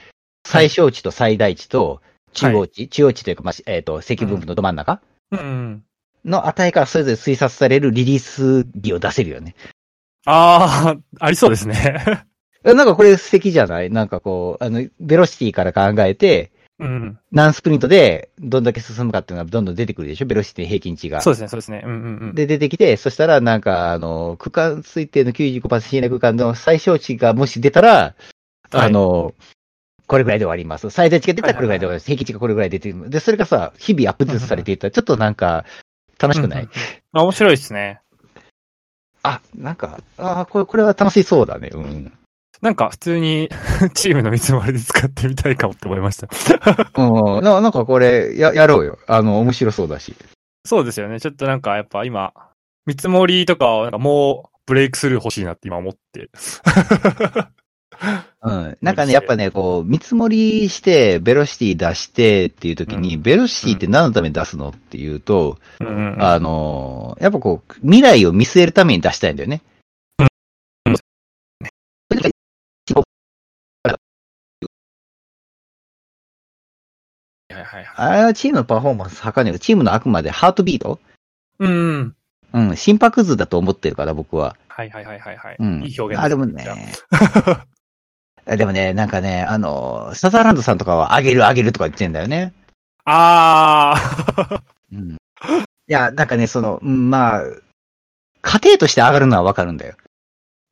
最小値と最大値と中央値、中央値というか、まあ、しえっ、と、積分布のど真ん中
うんうん。
の値からそれぞれ推察されるリリース日を出せるよね。
あ [LAUGHS] あ、ありそうですね。 [LAUGHS]
えなんかこれ素敵じゃないなんかこう、あの、ベロシティから考えて、
うん。
何スプリントでどんだけ進むかっていうのがどんどん出てくるでしょベロシティ平均値が。
そうですね、そうですね。うんうんうん。
で、出てきて、そしたら、なんか、あの、区間推定の95%信頼区間の最小値がもし出たら、
はい
あの、これぐらいで終わります。最大値が出たらこれぐらいで終
は
わります。平均値がこれぐらい出てる。で、それがさ、日々アップデートされていったら、ちょっとなんか、楽しくない、
うんうんあ面白いですね。
あ、なんか、ああ、これ、これは楽しそうだね。うん。
なんか、普通に、 [LAUGHS] チームの見積もりで使ってみたいかもって思
[LAUGHS]
いました。
うん、ななんかこれ、や、やろうよ。あの、面白そうだし。
そうですよね。ちょっとなんか、やっぱ今、見積もりとかを、なんかもう、ブレイクスルー欲しいなって今思
[LAUGHS]
って。
うん。なんかね、やっぱね、こう、見積もりして、ベロシティ出してっていう時に、
うん
ベロシティって何のために出すのっていうと、
うんうんうん
あのーやっぱこう、未来を見据えるために出したいんだよね。
うんうんはいはいはい。
あれはチームのパフォーマンス測るんだけど、チームのあくまでハートビート
うんうん。
うん、心拍図だと思ってるから、僕は。
はいはいはいはいはい。
うん。
いい表現
あ、でも
じゃあ
ね。あ [LAUGHS] でもね、なんかね、あのーサザーランドさんとかは、あげるあげるとか言ってんだよね。
あー [LAUGHS]
うん。いや、なんかね、その、うんまあ、家庭として上がるのはわかるんだよ。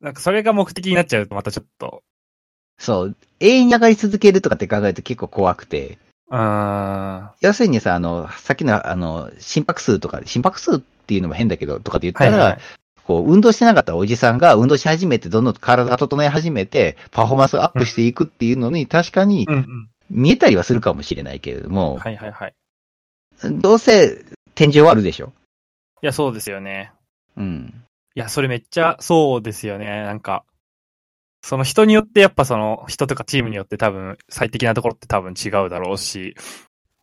なんかそれが目的になっちゃうとまたちょっと、
そう、永遠に上がり続けるとかって考えると結構怖くて。
うーん。
要するにさ、あの、さっきの、あの、心拍数とか、心拍数っていうのも変だけど、とかって言ったら、
はい
こう、運動してなかったおじさんが運動し始めて、どんどん体が整え始めて、パフォーマンスをアップしていくっていうのに、確かに
うんうん。
見えたりはするかもしれないけれども、
はいはいはい。
どうせ天井はあるでしょ。
いや、そうですよね。
うん。
いや、それめっちゃそうですよね。なんか、その人によってやっぱその人とかチームによって多分最適なところって多分違うだろうし、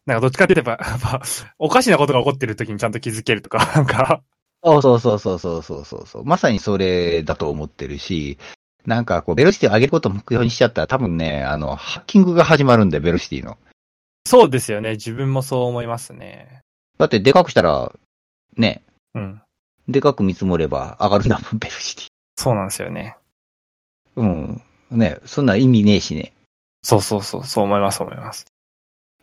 なんかどっちかって言えば、やっぱ、おかしなことが起こってる時にちゃんと気づけるとか、 [LAUGHS] なんか、
そうそうそうそうそうそうそうそう。まさにそれだと思ってるし、なんかこう、ベロシティを上げることを目標にしちゃったら、多分ね、あの、ハッキングが始まるんで、ベロシティの。
そうですよね。自分もそう思いますね。
だって、でかくしたら、ね、
うん。
でかく見積もれば上がるんだもん、ベルシティ。
そうなんですよね。
うん。ね、そんな意味ねえしね。
そうそうそう、そう思います、思います。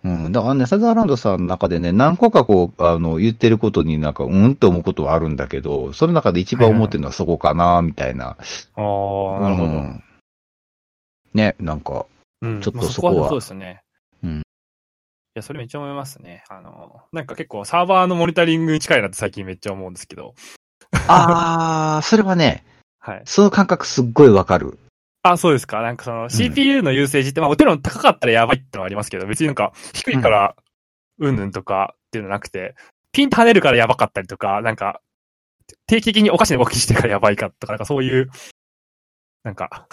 うん。だからね、サザーランドさんの中でね、何個かこう、あの、言ってることになんか、うんって思うことはあるんだけど、その中で一番思ってるのはそこかな、みたいな。
ああ、なるほ
う
ど。
んね、なんか、
うん。
ちょっと
まあ
そこは
そうですよね。
うん
いや、それめっちゃ思いますね。あの、なんか結構サーバーのモニタリングに近いなって最近めっちゃ思うんですけど。
あ [LAUGHS] ー、それはね、
はい。
その感覚すっごいわかる。
あ、そうですか。なんかその CPU の優勢値って、まあもちろん高かったらやばいってのはありますけど、別になんか低いからうんぬんとかっていうのはなくて、ピンと跳ねるからやばかったりとか、なんか定期的におかしな動きしてからやばいかとか、なんかそういう、なんか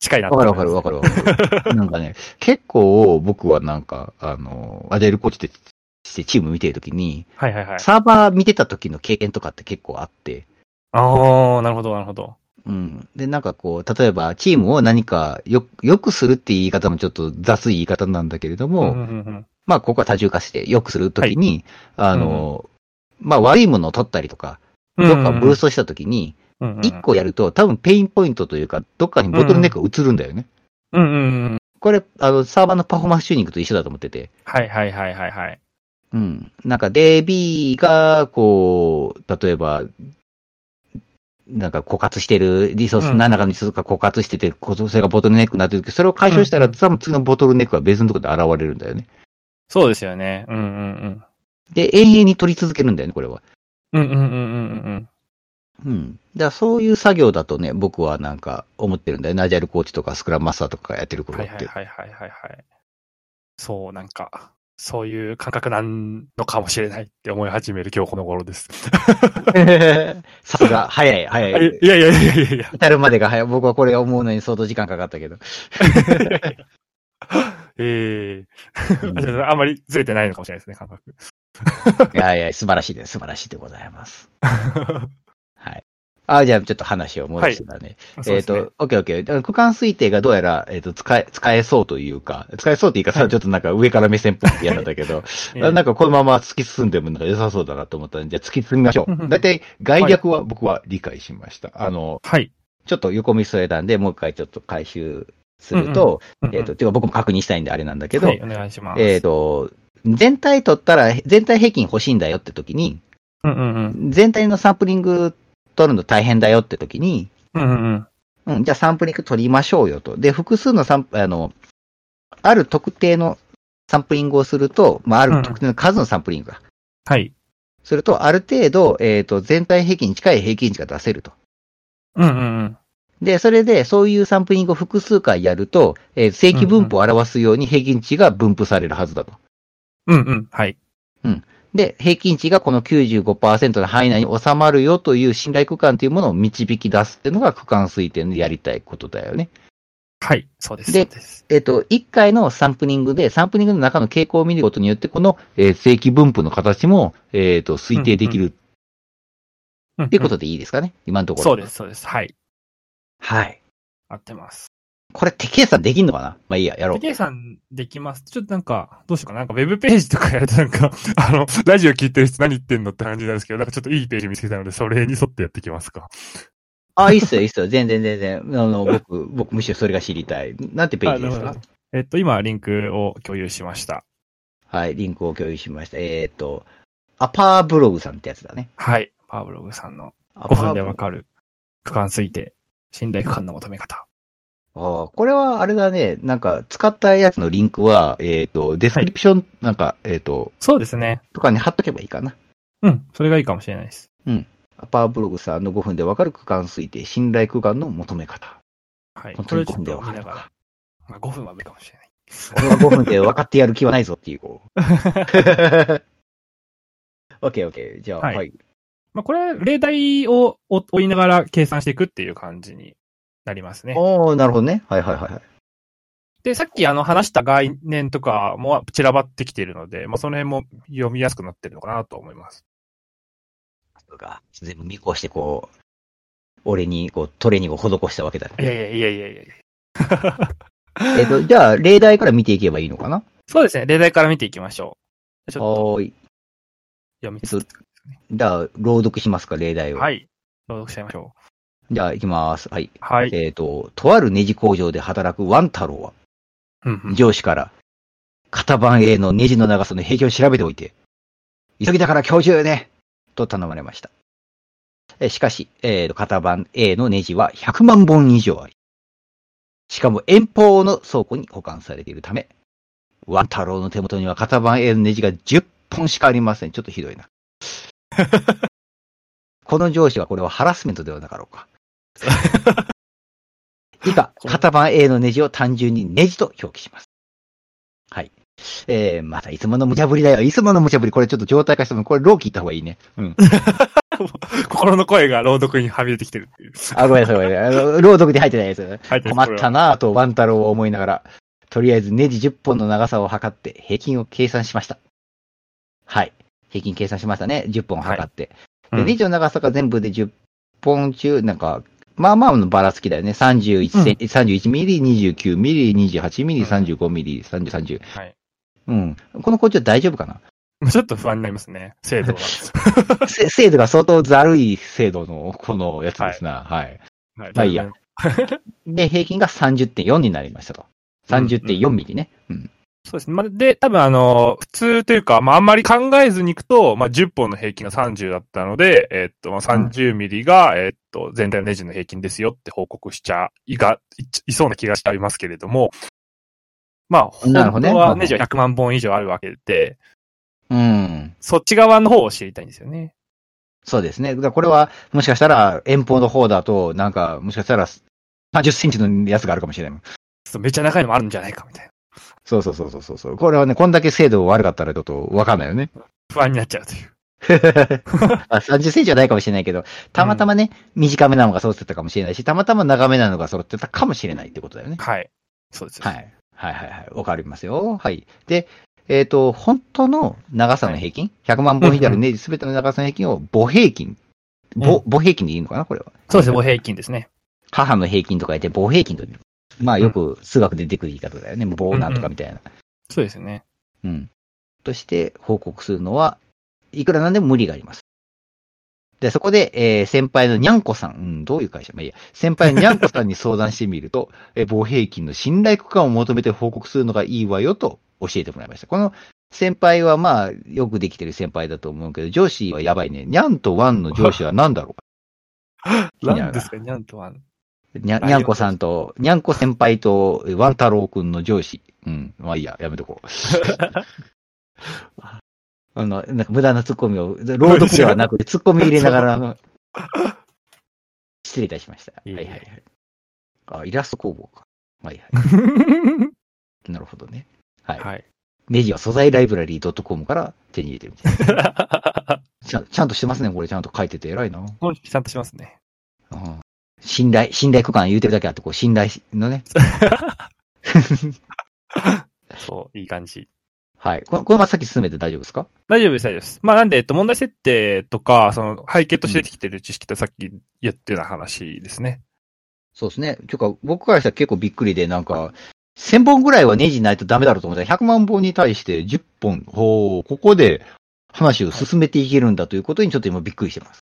近いな
わかるわかるわかるわかる。なんかね、結構僕はなんか、あの、アデルコーチでしてチーム見てるときに、
はいはいはい。
サーバー見てた時の経験とかって結構あって、
ああ、なるほど、なるほど。
うん。で、なんかこう、例えばチームを何かよ、よくするっていう言い方もちょっと雑い言い方なんだけれど
うん
も、
うんうん
まあここは多重化して、よくするときに、あの、まあ悪いものを取ったりとか、
うん。
どっかブーストしたときに、
うんうん
一個やると多分ペインポイントというか、どっかにボトルネックが映るんだよね。
うんうんうん。
これ、あの、サーバーのパフォーマンスチューニングと一緒だと思ってて。
はいはいはいはいはい。
うん。なんか DB が、こう、例えば、なんか枯渇してる、リソース
うん
何らかのリソースが枯渇してて、こうそれがボトルネックになってるけど、それを解消したら、
うん
多分次のボトルネックは別のところで現れるんだよね。
そうですよね。うんうん
で、永遠に取り続けるんだよね、これは。
うん。うんうんうんうんうん
うん。だからそういう作業だとね、僕はなんか思ってるんだよね。アジャイルコーチとかスクラムマスターとかやってる
うん。
頃
は
っ
い
て。
はいはいはいはいはい。そう、なんか、そういう感覚なんのかもしれないって思い始める今日この頃です。
[LAUGHS] さすが、早い、早い。
[LAUGHS] いやいやいやいやいや。
至るまでが早い。僕はこれ思うのに相当時間かかったけど。
え
うん
えあんまりずれてないのかもしれないですね、感覚。
いやいや、素晴らしいです。素晴らしいでございます。 [LAUGHS] はい。あ、じゃあちょっと話を戻してだね。
そう
え
で
っ、
すね
と、オッケーオッケー。だから区間推定がどうやら、えっ、と、使え、使えそうというか、使えそうというかさ、ちょっとなんか上から目線っぽくて嫌なんだけど、
[LAUGHS] ええ
なんかこのまま突き進んでもなんか良さそうだなと思ったんで、じゃあ突き進みましょう。だいたい概略は僕は理解しました。あの、
はい。
ちょっと横見添えたんで、もう一回ちょっと回収すると、えっ、と、てか僕も確認したいんであれなんだけど、
はい、お願いします。
えっ、と、全体取ったら、全体平均欲しいんだよって時に、
うんうんうん。
全体のサンプリング取るの大変だよって時に、
うんうんうん。
うん、じゃあサンプリング取りましょうよと。で、複数のサンプ、あの、ある特定のサンプリングをすると、まあ、ある特定の数のサンプリングが、
はい。
すると、ある程度、えっ、と、全体平均に近い平均値が出せると。
うんうんうん。
で、それで、そういうサンプリングを複数回やると、えー正規分布を表すように平均値が分布されるはずだと。
うんうん。はい。
で、平均値がこの95%の範囲内に収まるよという信頼区間というものを導き出すっていうのが区間推定のやりたいことだよね。
はい。そうです。
で
そうです。
えっと、1回のサンプリングで、サンプリングの中の傾向を見ることによって、この、えー正規分布の形も、えっと、推定できる
っ
っていうことでいいですかね、今のところ。
そう
す。
です、そうです。はい。
はい。
合ってます。
これ、手計算できんのかなまあいいや、やろう
で、。計算できます。ちょっとなんか、どうしようかな。なんか、ウェブページとかやるとなんか、 [LAUGHS] あの、ラジオ聞いてる人何言ってんのって感じなんですけど、なんかちょっといいページ見つけたので、それに沿ってやっていきますか。
[LAUGHS] あ、いいっすよ、いいっすよ。全然、全然。あ
[LAUGHS]
の、僕、僕、むしろそれが知りたい。なんてページです
あなる
か
ほえっと、今、リンクを共有しました。
はい、リンクを共有しました。えっと、アパーブログさんってやつだね。
はい。パーブログさんの
アパー
5
ブ
分でわかる区間推定、信頼区間の求め方。
ああ、これはあれだね。なんか、使ったやつのリンクは、えっ、と、デスクリプション、なんか、えっ、と、
そうですね。
とかに貼っとけばいいかな。
うん。それがいいかもしれないです。
アパーブログさんの5分でわかる区間推定、信頼区間の求め方。
はい。
本
こ
当
れ
に
をち
5
ょ
分
っ
で
と
わか
見
る
な
の
がら
か。。
まあ、5分は無理かもしれない。
俺は5分で分かってやる気はないぞっていう、こ [LAUGHS] う。オッケーオッケー。じゃあ、は。
はいいまあ、これ、例題を追追いながら計算していくっていう感じになりますね。
おおなるほどね。はいはいはいはい。
で、さっきあの話した概念とかも散らばってきているので、まあ、その辺も読みやすくなってるのかなと思います。
とか、全部見越して、こう、俺に、こう、トレーニングを施したわけだね。
いやいやいやいやいや
えっと、じゃあ、例題から見ていけばいいのかな
そうですね。例題から見ていきましょう。ちょっと
はーい。
読みつつ、
じゃあ、朗読しますか、例題を。
はい。朗読しちゃいましょう。
じゃあ、行きます。はい。
はい。
えっ、と、とあるネジ工場で働くワン太郎は、
うんうん
上司から、型番 A のネジの長さの平均を調べておいて、急ぎだから今日中よねと頼まれました。えしかし、えーと、型番 A のネジは100万本以上あり、しかも遠方の倉庫に保管されているため、ワン太郎の手元には型番 A のネジが10本しかありません。ちょっとひどいな。この上司はこれはハラスメントではなかろうか。以下、型番 A のネジを単純にネジと表記します。はい。えー、またいつもの無茶ぶりだよ。いつもの無茶ぶり。これちょっと状態化しても、これローキーった方がいいね。うん。
心の声が朗読にはみ出てきてるっていう。
あ、ごめんなさい、ごめんなさいあの。朗読で入ってないです。
入って
困ったなぁとワン太郎を思いながら、とりあえずネジ10本の長さを測って平均を計算しました。はい。平均計算しましたね。10本測って。
はい
で、
うん
ネジの長さが全部で10本中、なんか、まあまあのばらつきだよね。31セン、31ミリ、29ミリ、28ミリ、35ミリ、30、30。
はい。
うん。この工場大丈夫かな [LAUGHS]
ちょっと不安になりますね。精 [LAUGHS] 度が。
せ精度が相当ざるい精度のこのやつですな。はい
は
まあいいや。で、平均が30.4になりましたと。30.4ミリね。うん。
そうですね。まあ、で、多分あの、普通というか、まあ、あんまり考えずにいくと、まあ、10本の平均が30だったので、えっと、まあ、30ミリが、えっと、全体のネジの平均ですよって報告しちゃいが、いいそうな気がしてありますけれども、まあ、本
なるほどね
当はネジは100万本以上あるわけで、
うん。
そっち側の方を知りたいんですよね。
そうですね。だからこれは、もしかしたら、遠方の方だと、なんか、もしかしたら、30センチのやつがあるかもしれないもん。
ちょっとめっちゃ長いのもあるんじゃないかみたいな。
そうそうそうそうそうそう。これはね、こんだけ精度悪かったらちょっとわかんない
[LAUGHS]
よね。
不安になっちゃうという。
あ30センチはないかもしれないけど、たまたまね、短めなのが揃ってたかもしれないし、たまたま長めなのが揃ってたかもしれないってことだよね。
はい。そうです。
は。い。はいはいはい。わかりますよ。はい。で、えっ、と、本当の長さの平均、100万本以上あるネジすべての長さの平均を母平均。母、母平均でいいのかなこれは。
そうですね。もう平均ですね。
母の平均とか言って母平均と言う。まあよく数学で出てくる言い方だよね。母なんとかみたいな。
そうですよね。
うん。として報告するのは、いくらなんでも無理があります。で、そこで、えー先輩のにゃんこさん、うん、どういう会社まあいいや、先輩のにゃんこさんに相談してみると、 [LAUGHS] えー、母平均の信頼区間を求めて報告するのがいいわよと教えてもらいました。この先輩はまあ、よくできてる先輩だと思うけど、上司はやばいね。にゃんとワンの上司は何だろう
なんですか、にゃん
[LAUGHS]
とは。
にゃにゃんこさんと、にゃんこ先輩と、えワン太郎くんの上司。うん。まあいいや、やめとこ [LAUGHS] う。あの、なんか無駄なツッコミを、朗読ではなくて、ツッコミ入れながら、あの失礼いたしました。はい
いえいえ
はいはい。あ、イラスト工房か。はいは。
は
[LAUGHS]
い
なるほどね。 [LAUGHS] はい。
い。 [LAUGHS]
ネジは素材ライブラリー .com から手に入れてるみたいなちゃん。ちゃんとしてますね、これ。ちゃんと書いてて偉いな。
本気ちゃんとしますね。
うん信頼、信頼区間言うてるだけあって、こう、信頼のね。
そう、いい感じ。
はい。この、このまま先進めて大丈夫ですか
大丈夫です、大丈夫です。まあ、なんで、えっと、問題設定とか、その、背景として出てきてる知識ってさっき言ってた話ですね。
そうですね。ていうか、僕からしたら結構びっくりで、なんか、1000本ぐらいはネジないとダメだろうと思ったら、100万本に対して10本、ほう、ここで話を進めていけるんだということにちょっと今びっくりしてます。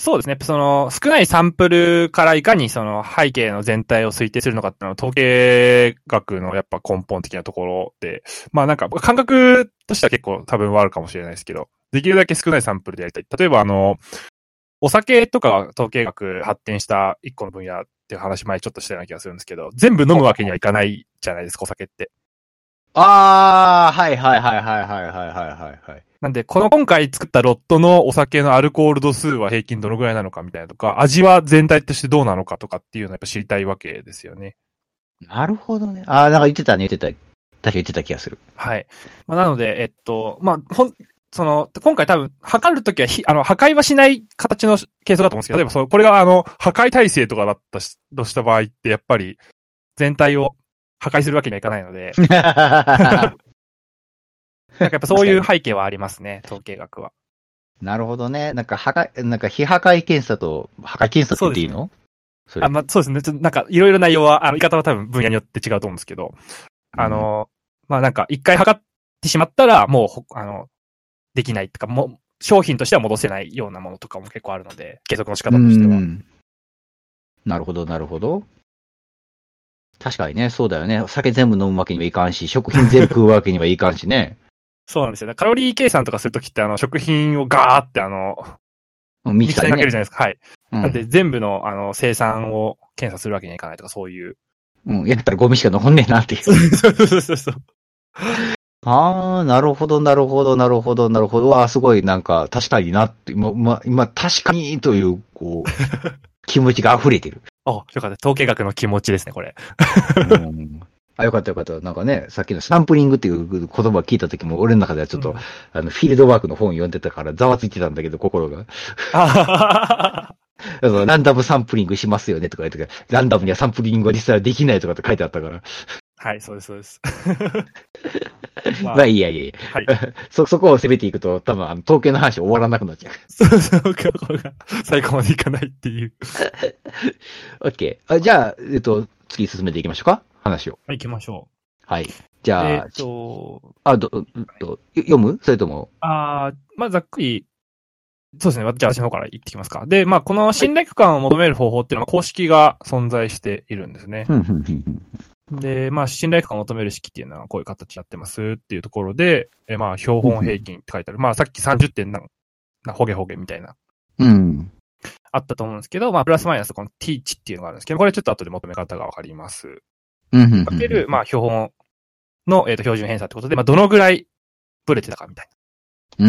そうですね。その、少ないサンプルからいかにその背景の全体を推定するのかっていうのは統計学のやっぱ根本的なところで、まあなんか感覚としては結構多分はあるかもしれないですけど、できるだけ少ないサンプルでやりたい。例えばあの、お酒とかは統計学発展した一個の分野っていう話前ちょっとしたような気がするんですけど、全部飲むわけにはいかないじゃないですか、お酒って。
あー、はいはいはいはいはいはいはいはい。
なんで、この今回作ったロットのお酒のアルコール度数は平均どのぐらいなのかみたいなとか、味は全体としてどうなのかとかっていうのはやっぱ知りたいわけですよね。
なるほどね。あー、なんか言ってたね、言ってた。確か言ってた気がす [LAUGHS] る。
はい。まあ、なので、えっと、まあ、ほん、その、今回多分、測るときはひ、あの、破壊はしない形の計測だと思うんですけど、例えばその、これがあの、破壊体制とかだったし、とした場合って、やっぱり、全体を破壊するわけにはいかないので、なんかやっぱそういう背景はありますね、統計学は。
なるほどね。なんか、破壊、なんか、非破壊検査と、破壊検査って言っていいのそれ
あ、まあ、そうですね。ちょっとなんか、いろいろ内容は、あの、言い方は多分分野によって違うと思うんですけど、あの、まあ、なんか、一回測ってしまったら、もうほ、あの、できないとか、もう、商品としては戻せないようなものとかも結構あるので、計測の仕方として
う
は。
んなるほど、なるほど。確かにね、そうだよね。お酒全部飲むわけにはいかんし、食品全部食うわけにはいかんし
[LAUGHS]
ね。
そうなんですよね。カロリー計算とかするときって、あの、食品をガーって、あの、
うんミ
ミ
キサ
キサ
ー
ー
にね
にかけるじゃないですか。はい。
う
なん
ん
で、全部の、あの、生産を検査するわけにはいかないとか、そ
[LAUGHS]
ういう。
うん。やったらゴミしか残んねえなっていう。
[LAUGHS] そうそうそうそう。
ああ、なるほど、なるほど、なるほど、なるほど。わあ、すごい、なんか、確かになって、今、ま、今、確かにという、こう、
[LAUGHS]
気持ちが溢れてる。
あ、よかった。統計学の気持ちですね、これ。
うん、あ、よかったよかった。なんかね、さっきのサンプリングっていう言葉聞いた時も、俺の中ではちょっと、
うん [LAUGHS]
あの、フィールドワークの本読んでたから、ざわついてたんだけど、心が。
あはは
あのランダムサンプリングしますよねとか言ってたからランダムにはサンプリングは実際はできないとかって書いてあったから。
はい、そうです、そう
[LAUGHS]
です。
まあ、
まあ
いいやいいや。
はい。
[LAUGHS] そ、そこを攻めていくと、多分、あの、東京の話終わらなくなっちゃう。
そうそう、過去が最後までいかないっていう。
オッケー。あじゃあ、えっと、次進めていきましょうか。話を。
はい、行きましょ
はい。じ
う。え
ゃあ、
っと、
あ、ど、うんと、よ読むそれとも、
あーまあ、ざっくり、そうですね。じゃあ、私の方から言ってきますか。で、まあ、この信頼感を求める方法っていうのは公式が存在しているんですね。
ふんふんふんふん
で、まあ、信頼感を求める式っていうのはこういう形になってますっていうところで、えまあ、標本平均って書いてある。まあ、さっき30点なん、なほげほげみたいな、
うん。
あったと思うんですけど、まあ、プラスマイナスこの t 値っていうのがあるんですけど、これちょっと後で求め方がわかります。
うんふんふんふ
か
ん。
ける、まあ、標本の、えっ、と、標準偏差ってことで、まあ、どのぐらいブレてたかみたいな。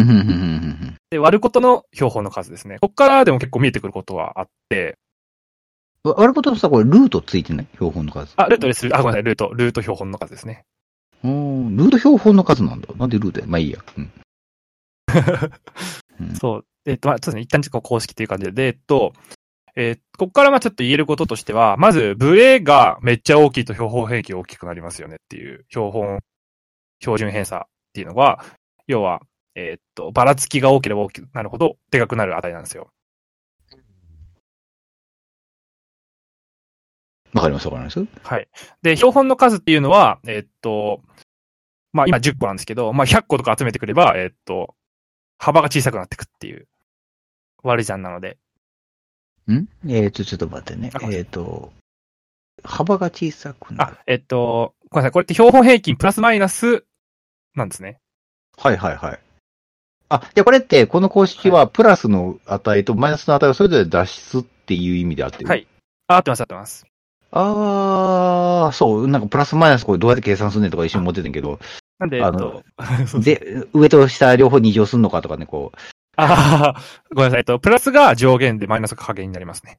うんふんふんふんふんふん
で、割ることの標本の数ですね。こっからでも結構見えてくることはあって、
わ悪いことさ、これ、ルートついてない標本の数。
あ、ルートでする、あ、ごめんなさい、ルート、ルート標本の数ですね。
うーんルート標本の数なんだ。なんでルートやまあいいや。うん。
そう。えっ、と、まあ、そうですね。一旦ちょっと公式という感じで、でえっと、えーここからまあちょっと言えることとしては、まず、ブレがめっちゃ大きいと標本平均大きくなりますよねっていう、標本、標準偏差っていうのが、要は、えっと、ばらつきが大ければ大きくなるほど、でかくなる値なんですよ。
わかりますわかります
はい。で、標本の数っていうのは、えっと、まあ今10個なんですけど、まあ100個とか集めてくれば、えっと、幅が小さくなってくっていう、割り算なので。
んえっ、と、ちょっと待ってね
あ。ごめんな
え
さ
っ、と、幅が小さくなる。
あ、えっと、ごめんなさい。これって標本平均プラスマイナスなんですね。
はいはいはい。あ、じゃあこれって、この公式はプラスの値とマイナスの値をそれぞれ脱出っていう意味であってる。
はい。あ、合ってます、合ってます。
あー、そう、なんかプラスマイナスこれどうやって計算すんねんとか一緒に持っててんけど、
なんで、えっ
あ
と
の、
[LAUGHS] そうです
で、上と下両方二乗すんのかとかね、こう。
あーごめんなさい。えっと、プラスが上限でマイナスが下限になりますね。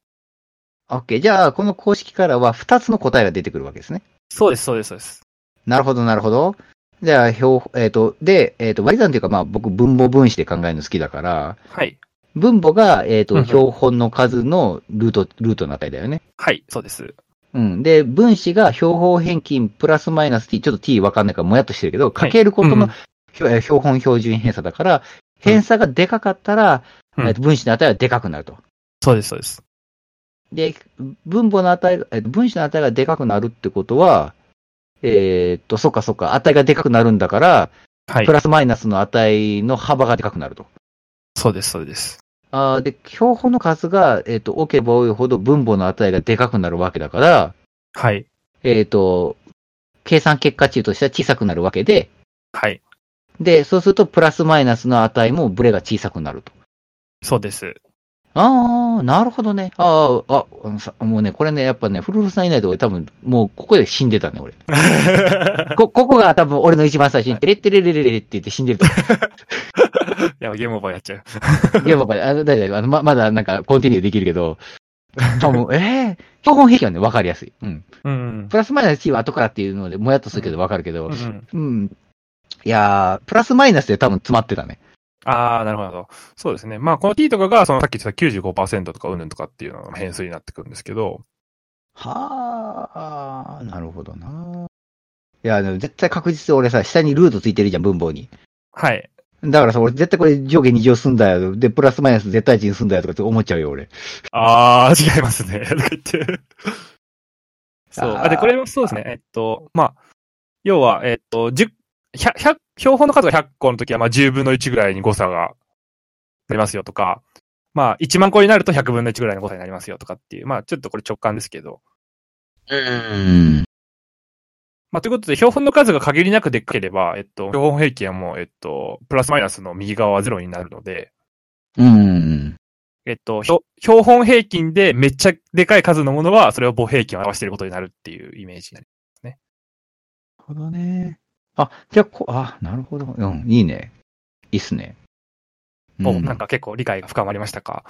オッケー、じゃあこの公式からは二つの答えが出てくるわけですね。
そうです、そうです、そうです。
なるほど、なるほど。じゃあ、表、えっ、と、で、えっ、と、割り算というか、まあ僕分母分子で考えるの好きだから、
はい。
分母が、えっ、
うんう
と、
ん
標本の数のルート、ルートの値だよね。
はい、そうです。
うん。で、分子が標本平均プラスマイナス t、ちょっと t わかんないからもやっとしてるけど、かけることの、
うん
ひょえー標本標準偏差だから、偏差がでかかったら、
うん
えーと分子の値はでかくなると。
そうです、そうです。
で、分母の値が、えーと分子の値がでかくなるってことは、えーっと、そっかそっか、値がでかくなるんだから、
はい
プ。ラスマイナスの値の幅がでかくなると。
そうです、そうです。
あーで、標本の数が、えーっと、多ければ多いほど分母の値がでかくなるわけだから、
はい。
えーっと、計算結果値としては小さくなるわけで、
はい。
で、そうするとプラスマイナスの値もブレが小さくなると。
そうです。
ああ、なるほどね。ああ、ああのさ、もうね、これね、やっぱね、フルフルさんいないと俺多分、もうここで死んでたね、俺。こ、ここが多分俺の一番最初に、テレテレレレレレって言って死んでると思
[LAUGHS] やばい、ゲームオーバーやっちゃう。
う。いや、ばあの、大丈夫、あの、ま、まだなんかコンティニューできるけど、多分、ええ標本平均はね、わかりやすい。うん。
うん。
プラスマイナス t は後からっていうので、もやっとするけどわかるけど、
うん、
うん。いやー、プラスマイナスで多分詰まってたね。
ああ、なるほど。そうですね。まあ、この t とかが、そのさっき言ってた95%とかうんぬんとかっていうのが変数になってくるんですけど、
はあ、なるほどな。いや、でも絶対確実に俺さ、下にルートついてるじゃん、文法に。
はい。
だからさ、俺絶対これ上下二乗すんだよ。で、プラスマイナス絶対値にすんだよとかって思っちゃうよ、俺。
ああ、違いますね。 [LAUGHS] とか言って。そう。
あー
あ、で、これもそうですね。えっと、まあ、要は、えっと、10、100、100標本の数が100個の時は、まあ、10分の1ぐらいに誤差がありますよとか、まあ、1万個になると100分の1ぐらいの誤差になりますよとかっていう、まあ、ちょっとこれ直感ですけど、
うん。
まあ、ということで、標本の数が限りなくでっかければ、えっと、標本平均はもう、えっと、プラスマイナスの右側はゼロになるので、
うん。
えっと、標標本平均でめっちゃでかい数のものは、それを母平均を表していることになるっていうイメージになり
なるほどね。あ、じゃあこ、あ、なるほど。うん、いいね。いいっすね。
ます。
う
おなんか結構理解が深まりましたか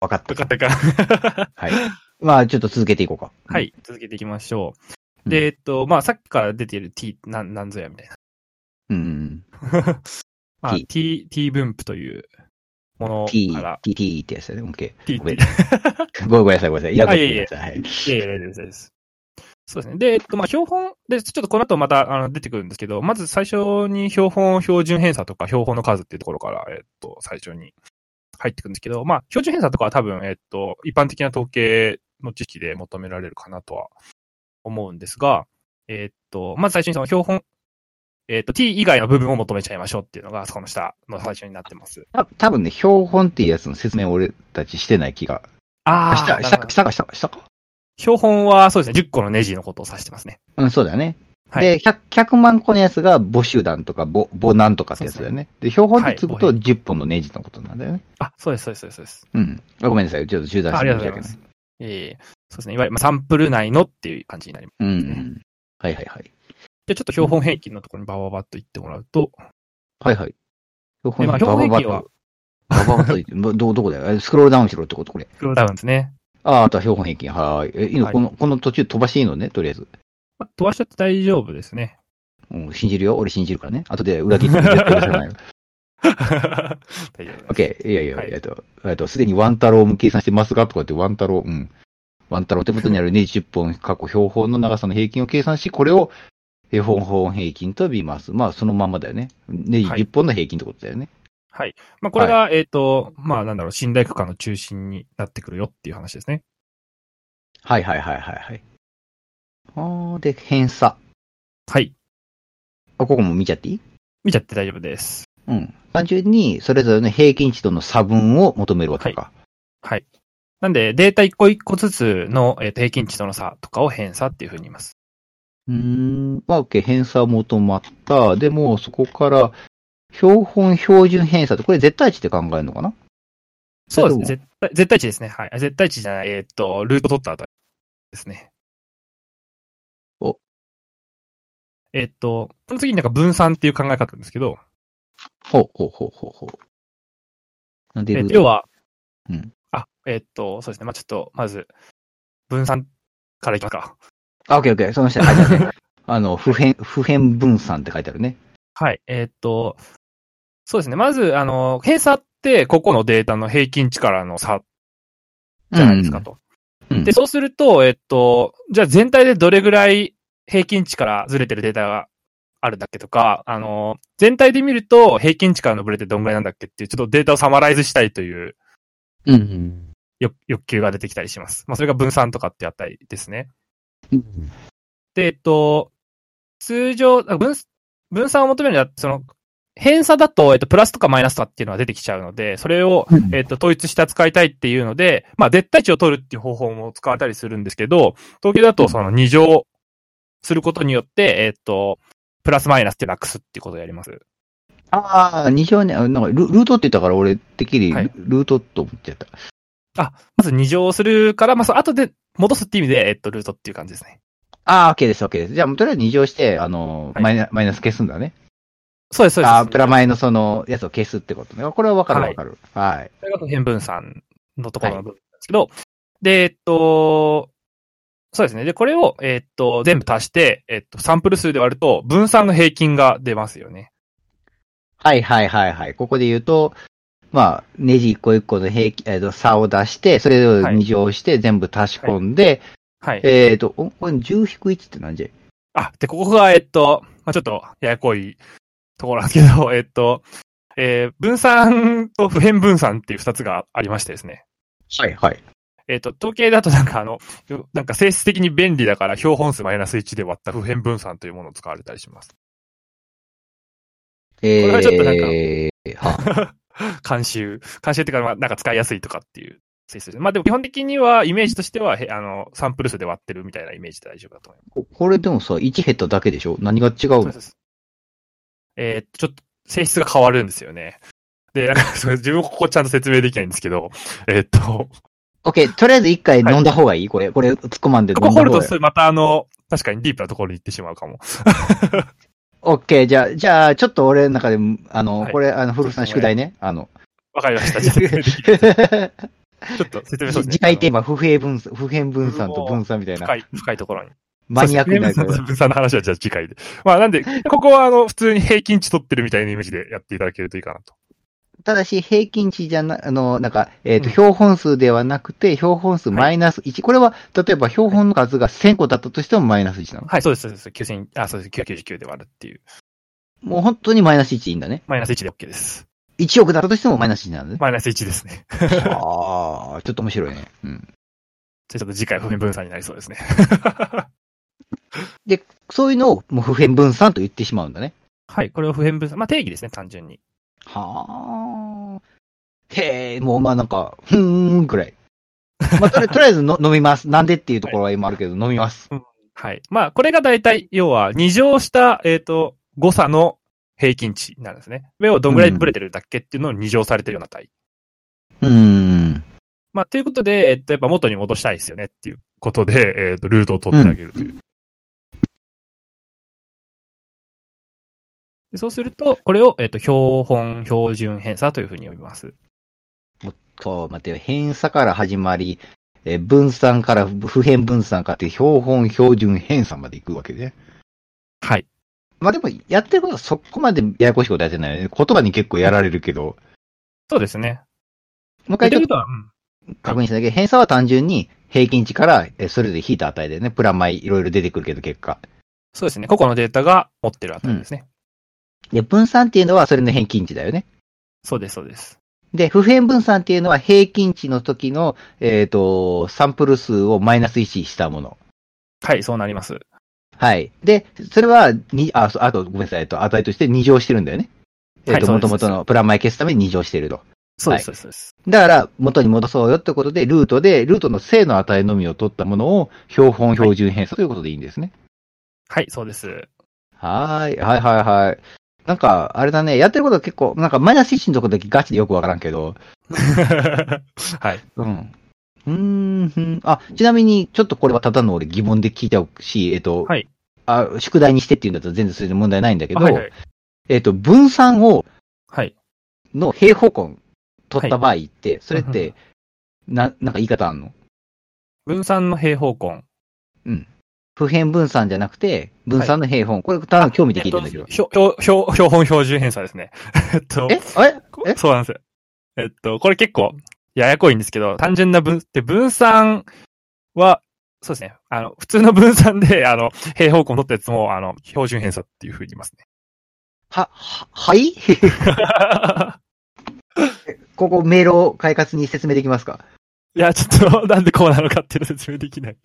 分かった
分かったか。
はい。まあ、ちょっと続けていこうか。
[LAUGHS] は。い、続けていきましょう。
うん
で、えっと、まあ、さっきから出ている t、なん、なんぞやみたいな。
うん。
まあ、
T
t、t 分布というも
t
のから、、
t, t ってやつだね。OK。
t
ごめんごめんなさい、ごめんなさい。やっと聞いてください。
いやいや大丈夫です大丈夫です。そうですね。で、えっと、まあ、標本で、ちょっとこの後またあの出てくるんですけど、まず最初に標本、標準偏差とか標本の数っていうところから、えっと、最初に入ってくるんですけど、まあ、標準偏差とかは多分、えっと、一般的な統計の知識で求められるかなとは思うんですが、えっと、まず最初にその標本、えっと、t 以外の部分を求めちゃいましょうっていうのが、そこの下の最初になってます。
た多分ね、標本っていうやつの説明俺たちしてない気が。
あ
あ、した、したか、したか、したか、したか
標本はそうですね、10個のネジのことを指してますね。
うん、そうだよね。
はい
で100、100万個のやつが母集団とか母、母なんとかってやつだよね。で、標本ってつくと
は
10本のネジのことなんだよね。
あ、そうです、そうです、そうですそうです。
うん。あごめんなさい。ちょっと中断
あ
し
あ
て
りが
申
と
し
う
訳
ござい
な
ま
い
す。。ええそうですね。いわゆるまあサンプル内のっていう感じになります。
うんう
ね
ん。はいはいはい。
で、ちょっと標本平均のところにバババッと言ってもらうと、
はいはい。標
でまあ標本平均は
バババッと言って、ど、どこだよ。えスクロールダウンしろってことこれ。
クロールダウンですね。
ああ、あとは標本平均。はーい。え、いいの、
はい
この、この途中飛ばしていいのね、とりあえず。
まあ、飛ばしちゃって大丈夫です [LAUGHS] ね。
うん、信じるよ。俺信じるからね。後で裏切って言って [LAUGHS] くださない。
大丈夫です。
OK。いやいや、
はい
えっと、えっと、すでにワン太郎も計算してますが、とかってワン太郎、うん。ワン太郎手元にある20本、過去標本の長さの平均を計算し、これを、え、本本平均と見ます。まあ、そのまんまだよね。ね、
はい
10本の平均ってことだよね。
まあ、これが、えっ、と、まあ、なんだろう、信頼区間の中心になってくるよっていう話ですね。
はいはいはいはいはい。あー、で、偏差。
はい。
あ、ここも見ちゃっていい
見ちゃって大丈夫です。
うん。単純に、それぞれの平均値との差分を求めるわけか。
はい。なんで、データ一個一個ずつの、えーと平均値との差とかを偏差っていうふうに言います。
うーん。まあ、OK。偏差も止まった。でも、そこから、標本標準偏差って、これ絶対値って考えるのかな
そうですね。
そ
絶対、絶対値ですね。はい。あ絶対値じゃない、えっ、と、ルート取った後ですね。
お。
えっ、と、この次になんか分散っていう考え方なんですけど、
ほうほうほうほうほう。なんで
え
ル
ー
ー
と
ト
要は、
うん
あ、えっ、と、そうですね。まあ、ちょっと、まず、分散からいきますか。
あ、オッケーオッケー、その下に書いてあるね [LAUGHS] あの、普遍、普遍分散って書いてあるね。
はい。えっ、と、そうですね。まず、あの、偏差って、個々のデータの平均値からの差じゃないですかと。
うん。うん
で、そうすると、えっと、じゃあ全体でどれぐらい平均値からずれてるデータがあるんだっけとか、あの、全体で見ると平均値からのブレってどんぐらいなんだっけっていう、ちょっとデータをサマライズしたいという
うん。
欲欲求が出てきたりします。まあ、それが分散とかってあったりですね。
うん
で、えっと、通常、あ分分散を求めるのは、その、偏差だと、えっと、プラスとかマイナスとかっていうのは出てきちゃうので、それを、えっと、統一して扱いたいっていうので、まあ、絶対値を取るっていう方法も使われたりするんですけど、統計だと、その、二乗することによって、えっと、プラスマイナスってなくすっていうことをやります。
ああ、二乗ね、あなんかルルートって言ったから俺、てっきりル,、
はい
ートと思っちゃった。
まず二乗するから、まあ、その後で戻すっていう意味で、えっと、ルートっていう感じですね。
ああ、オッケーです、オッケーです。じゃあ、もうとりあえず二乗して、あの、
はい
マイナマイナス消すんだね。
そうです、そうです。
ああ、プラマイのその、やつを消すってことね。これはわかる
はい
わかる。はい。
それが普遍分散のところの部分なんですけど、で、えっと、そうですね。で、これを、えっと、全部足して、えっと、サンプル数で割ると、分散の平均が出ますよね。
はいはいはいはい。ここで言うと、まあ、ネジ一個一個の平均、えっ、と、差を出して、それを二乗して、全部足し込んで、
はい。
えっ、と、おこれ10引く1って何じゃい
あ、で、ここが、えっと、まあ、ちょっと、ややこいところなんですけど、 [LAUGHS] えっと、えー分散と普遍分散っていう二つがありましてですね。
はいはい。
えっと、統計だとなんかあの、なんか性質的に便利だから標本数マイナス1で割った普遍分散というものを使われたりします。 [LAUGHS]
えー、
れはちょっとなん
[LAUGHS]
か
は
監修。監修っていうか、まあ、なんか使いやすいとかっていう性質ですね。まあでも基本的にはイメージとしては、へあの、サンプル数で割ってるみたいなイメージで大丈夫だと思い
ここれでもさ、1減っただけでしょ何が違う
ま
の
す。えーちょっと性質が変わるんですよね。で、なんか、 [LAUGHS] それ自分ここちゃんと説明できないんですけど、え
[LAUGHS]
ーっと、
?OK、とりあえず1回飲んだ方がいい、これ。これ、突っ込まんで
こ
飲
こ
んだ
掘る
方
と
がいい
そ。れまたあの、確かにディープなところに行ってしまうかも。
OK、じゃあ、じゃあ、ちょっと俺の中で、あの、
はい
これ、あの、古田さん宿題ね。あの、 [LAUGHS]
わかりました。じゃあ説明できるちょっと説明しますね。
次回テーマ、不平分散、不変分散と分散みたい
深
な。
い、深いところに。
マニアックになる
そ
か
うですね [LAUGHS]
ら。
分散の話はじゃあ次回で。まあなんで、ここはあの、普通に平均値取ってるみたいなイメージでやっていただけるといいかなと。
ただし、平均値じゃな、あの、なんか、えっ、
う
と、
ん
標本数ではなくて、標本数マイナス1。これは、例えば標本の数が1000個だったとしてもマイナス1なの。
はい、そうです、そうです。9000、あ、そうです。999で割るっていう。
もう本当にマイナス1いいんだね。
マイナス1で OK です。
1億だったとしてもマイナス1なんだね。
[LAUGHS] マイナス1ですね。
ああ、ちょっと面白いね。うん。
じゃあちょっと次回、不明分散になりそうですね。
そういうのを、もう普遍分散と言ってしまうんだね。
はい、これを不変分散。まあ定義ですね、単純に。
はあ。へえ、もうまあなんか、ふーんぐらい。まあとりとりあえずの飲みます。なんでっていうところは今あるけど、飲みます。
はい。まあ、これが大体、要は、2乗した、えっ、と、誤差の平均値なんですね。目をどんぐらいブレてるだっけっていうのを2乗されてるような値。
うーん。
まあ、ということで、えっ、と、やっぱ元に戻したいですよねっていうことで、えっ、と、ルートを取ってあげるという。でそうすると、これを、えっ、と、標本標準偏差というふうに呼びます。
そう、待てよ。偏差から始まり、えー分散から普遍分散かって、標本、標準、偏差まで行くわけで、ね。
はい。
まあでも、やってることはそこまでややこしいことやってないよね。言葉に結構やられるけど、
そうですね。
もう一回ちょっと
とは、うん
確認しただけ、偏差は単純に平均値からえーそれぞれ引いた値でね、プラマイいろいろ出てくるけど、結果。
そうですね。個々のデータが持ってるあたりですね。
で、分散っていうのはそれの平均値だよね。
そうです、そうです。
で、普遍分散っていうのは平均値の時の、えっ、と、サンプル数をマイナス1したもの。
はい、そうなります。
はい。で、それは、に、あ、そうあと、ごめんなさい、えっと、値として2乗してるんだよね。えっ、
はい
と、
そう
元
です
々のプラマイ消すために2乗してると。
そうです、そうですそうです。
だから、元に戻そうよってことで、ルートで、ルートの正の値のみを取ったものを、標本標準偏差ということでいいんですね。
はい、そ
[LAUGHS]
うです。
はーい、はいはいはい。なんか、あれだね、やってることは結構、なんかマイナス1のとこだけガチでよくわからんけど、
はい。
うん。うーんふん。あ、ちなみに、ちょっとこれはただの俺疑問で聞いておくし、えっと、
はい
あ、宿題にしてっていうんだったら全然それで問題ないんだけど、
はいはい。
えっと、分散を、
はい。
の平方根取った場合って、それっ
うんう
て、な、なんか言い方あんの
分散の平方根。
普遍分散じゃなくて、分散の平方根。これ、ただの興味で聞いてるんだけど。
えっと標標標本標準偏差ですね。 [LAUGHS] えっと、
えあれ
こ
え
そうなんですよ。えっと、これ結構、ややこいんですけど、単純な分、で、分散は、そうですね。あの、普通の分散で、 [LAUGHS] あの、平方根取ったやつも、あの、標準偏差っていうふうに言います
[LAUGHS]
ね。
は、は、はい [LAUGHS] ここ、迷路快活に説明できますか
いや、ちょっと、なんでこうなのかっていうの説明できない。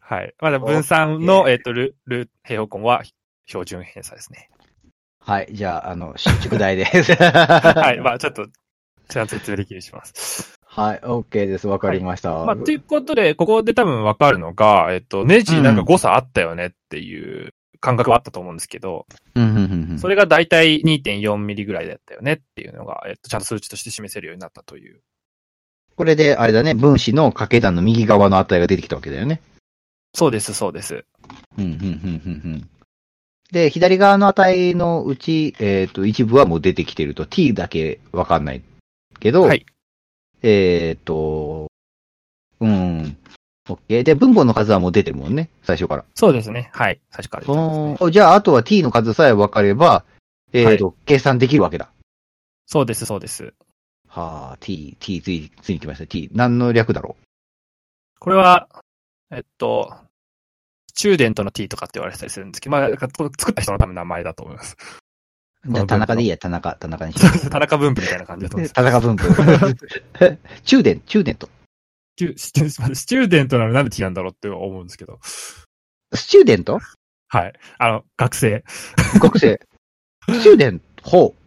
はい。まだ分散の、えっと、ル、ル、平方根は、標準偏差ですね。
はい、じゃあ、あの、宿題です。
[LAUGHS] はい、まあちょっと、ちゃんと説明できるようにします。
はい、OK です。わかりました。
まあ、ということで、ここで多分わかるのが、えっと、ネジなんか誤差あったよねっていう感覚はあったと思うんですけど、
うんうんうんうん
それが大体2.4ミリぐらいだったよねっていうのが、えっと、ちゃんと数値として示せるようになったという。
これで、あれだね、分子の掛け算の右側の値が出てきたわけだよね。
そうです、そうです。
うん、うん、うん、うん、うん。で、左側の値のうち、えっ、と、一部はもう出てきてると、t だけわかんないけど、
はい。
えっ、と、うん、OK。で、分母の数はもう出てるもんね、最初から。
そうですね。はい。最初から言ってますね
おじゃあ、あとは t の数さえわかれば、えっ、と、計算できるわけだ。
そうです、そうです。
はあ、t、t、つい、ついに来ました。t、何の略だろ
これは、えっと、スチューデントの t とかって言われたりするんですけど、まあ、こ作った人のための名前だと思います。
うじゃあ、田中でいい
い
や、田中、田中にしよう
田中分布みたいな感じだと思いま
[LAUGHS]
す。
田中文庫。 [LAUGHS] 中電、中電と。
スチュ [LAUGHS] スチュスチューデントなのになんで T なんだろうって思うんですけど。
スチューデント
はい。あの、学生。
学生。スチューデント、ほう。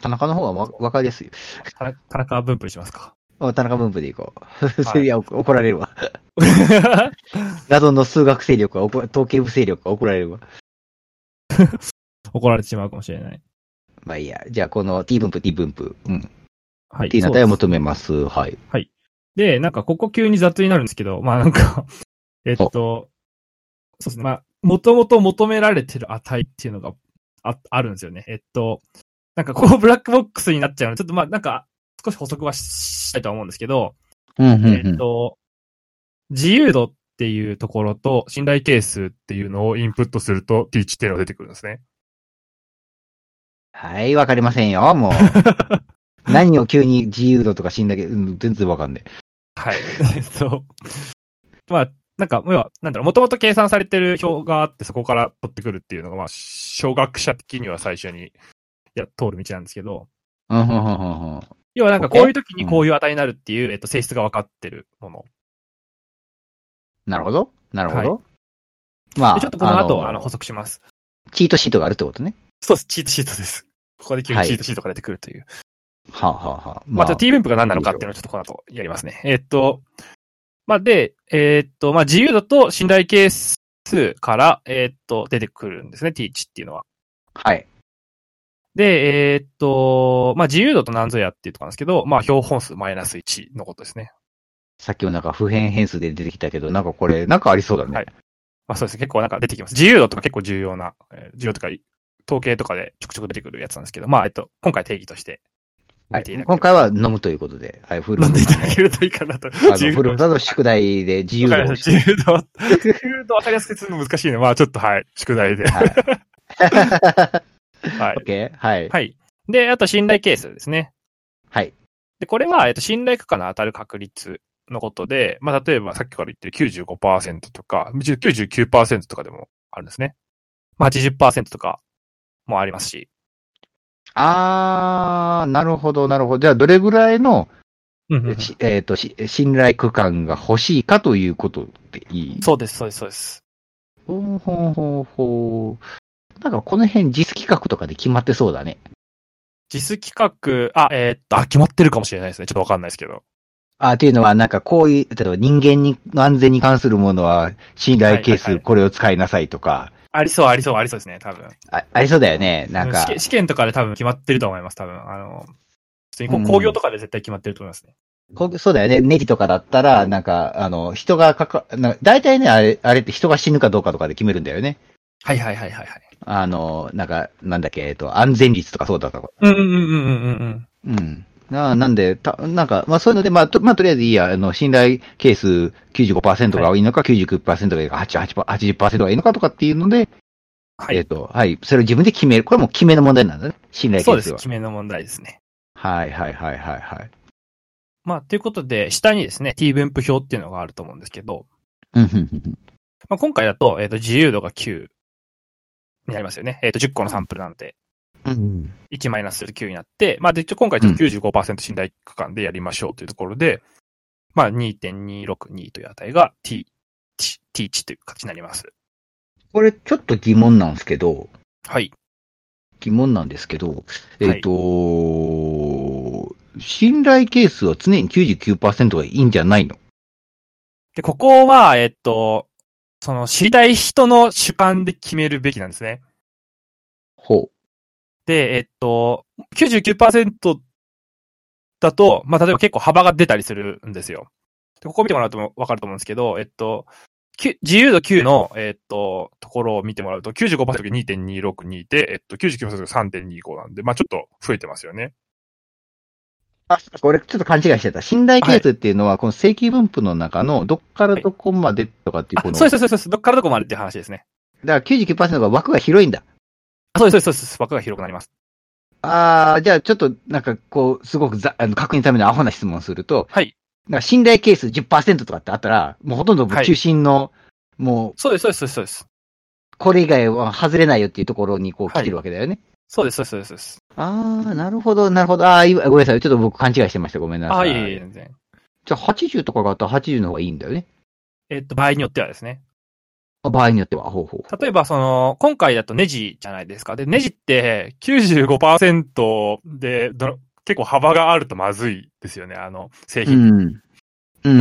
田中の方がわわかりやすい。
田中田中分布にしますか。 [LAUGHS]
あ田中文部でいこ [LAUGHS] う。
はい
い、や、怒怒られるわ。
面
謎の数学勢力は怒、統計部勢力は怒られるわ。
怒られてしまうかもしれない。
まあいいや。じゃあ、この t 分布、t 分布。うん。
はい。
t の値を
そうで
求めます。はい。
すで、なんか、ここ急に雑になるんですけど、まあなんか、 [LAUGHS] えっと、そうですね。まあ、もともと求められてる値っていうのがあ、あるんですよね。えっと、なんか、ここブラックボックスになっちゃうの。ちょっとまあ、なんか、少し補足はししたいとは思うんですけど、
うんうん
えっと、自由度っていうところと信頼係数っていうのをインプットすると teach っていうのが出てくるんですね。
はい、わかりませんよ、 [LAUGHS] もう。何を急に自由度とか死んだけ、うん、全然わかんね
はい。 [LAUGHS] えっと、まあ、なんか、要は、なんだろう、もともと計算されてる表があって、そこから取ってくるっていうのが、まあ、小学者的には最初に、いや、通る道なんですけど、
え。うん、うん、うん、うん。
要はなんか、こういう時にこういう値になるっていう、えっと、性質が分かってるもの。
なるほど。なるほど。まあ、
でちょっとこの後、あの、
あの
補足します。
チートシートがあるってことね。
そうです、チートシートです。ここで急に
はい
チートシートが出てくるという。
はあ、はあはあ、
まあ、じゃあ t 分布が何なのかっていうのをちょっとこの後やりますね。えーっと、まあ、で、えーっと、まあ、自由度と信頼係数から、えーっと、出てくるんですね、ティーチっていうのは。
はい。
で、えーっと、まあ、自由度と何ぞやっていうとこなんですけど、まあ、標本数マイナス1のことですね。
さっきもなんか普遍変数で出てきたけど、なんかこれ、なんかありそうだね。
はいまあ、そうですね、結構なんか出てきます。自由度とか結構重要な、えー重要とか、統計とかでちょくちょく出てくるやつなんですけど、まあ、えっと、今回定義として
は
見てい
い、
ただければ
今回は飲むということで、はい、フル
飲んでいただけるといいかなと。
あの、フルさんの宿題で自由
わ
度
かり
を
ました自由度。自由度分かりやすくするの難しいね。まあちょっとはい、宿 [LAUGHS] 題で。は
はい。
い。
OK? はい。
はい。で、あと信頼係数ですね。
はい。
で、これは、えっと、信頼区間の当たる確率のことで、まあ例えばさっきから言ってる95%とか、99%とかでもあるんですね。まあ80%とかもありますし。
あー、なるほど、なるほど。じゃあ、どれぐらいの、
うんうん
しえっ、とし、信頼区間が欲しいかということでいい
そうです、そうです、そうです。
ほうほうほうほう。なんかこの辺実企画とかで決まってそうだね。
実企画、あ、えーっと、あ、決まってるかもしれないですね。ちょっとわかんないですけど。
あっていうのは、なんかこういう、例えば人間にの安全に関するものは、信頼係
はいはいは
数
い
これを使いなさいとか、
ありそう、ありそう、ありそうですね、多分。
あありそうだよね。なんか
試、験試験とかで多分決まってると思います、多分。あの、普通にこ
う
うん工業とかで絶対決まってると思いますね。
こうそうだよね。ネギとかだったら、なんか、あの、人がかか、なんか大体ね、あれ、あれって人が死ぬかどうかとかで決めるんだよね。
はいはいはいはいはい。
あの、なんか、なんだっけ、えっと、安全率とかそうだとか。
うんうんうんうんうん
うん。ななんで、た、なんか、まあそういうので、まあ、と、まあとりあえずいいや、あの、信頼係数95%がいいのか、99%がいいのか、88%、80%がいいのかとかっていうので、
は
えっ、
い。
と、はい、それを自分で決める。これはもう決めの問題なんだね。信頼
そう
係
で
数
す。
は。
決めの問題ですね。
はい、はい、はい、はい、はい。
まあ、ということで、下にですね、t 分布表っていうのがあると思うんですけど、
うん、うん、うん。
まあ、今回だと、えっ、と、自由度が9になりますよね。えっ、と、10個のサンプルなんで、
うん、
1マイナスすると9になって、まあ、で、ちょ今回ちょっと95%信頼区間でやりましょうというところで、まあ、2.262という値が t、t、t 値という形になります。
これ、ちょっと疑問なんですけど、
はい。
疑問なんですけど、えっ、と、信頼係数は常に99%がいいんじゃないの
で、ここは、えっと、その知りたい人の主観で決めるべきなんですね。
ほ
で、えっと、99%だと、まあ、例えば結構幅が出たりするんですよ。でここ見てもらうとわかると思うんですけど、えっと、きゅ自由度9の、えっと、ところを見てもらうと、95%が2.262で、えっと、99%が3.25なんで、まあ、ちょっと増えてますよね。
あ、これちょっと勘違いしてた。信頼係数っていうのは、この正規分布の中のどっからどこまでとかっていう、
あ
こ、の、
そうです、そうです、そうです。どっからどこまでっていう話ですね。
だから99%が枠が広いんだ。
あそうです、そうです、そうです。枠が広くなります。
あー、じゃあちょっとなんかこう、すごくざあの確認ためのアホな質問をすると、
はい。
なんか信頼係数10%とかってあったら、もうほとんど中心の、もう
そうです、そうです、そうです。
これ以外は外れないよっていうところにこう来てるわけだよね。
そうです、そうです、そうですそうです。
ああ、なるほど、なるほど。ああ、今ごめんなさい。ちょっと僕勘違いしてました。ごめんな
あ、
さい。
いえいえ、全然。
じゃあ80とかがあったら80の方がいいんだよね。
えっと、場合によってはですね。
あ場合によっては。ほうほう。
例えば、その、今回だとネジじゃないですか。で、ネジって95%でどの、結構幅があるとまずいですよね、あの、製
う
品。
ん。うん。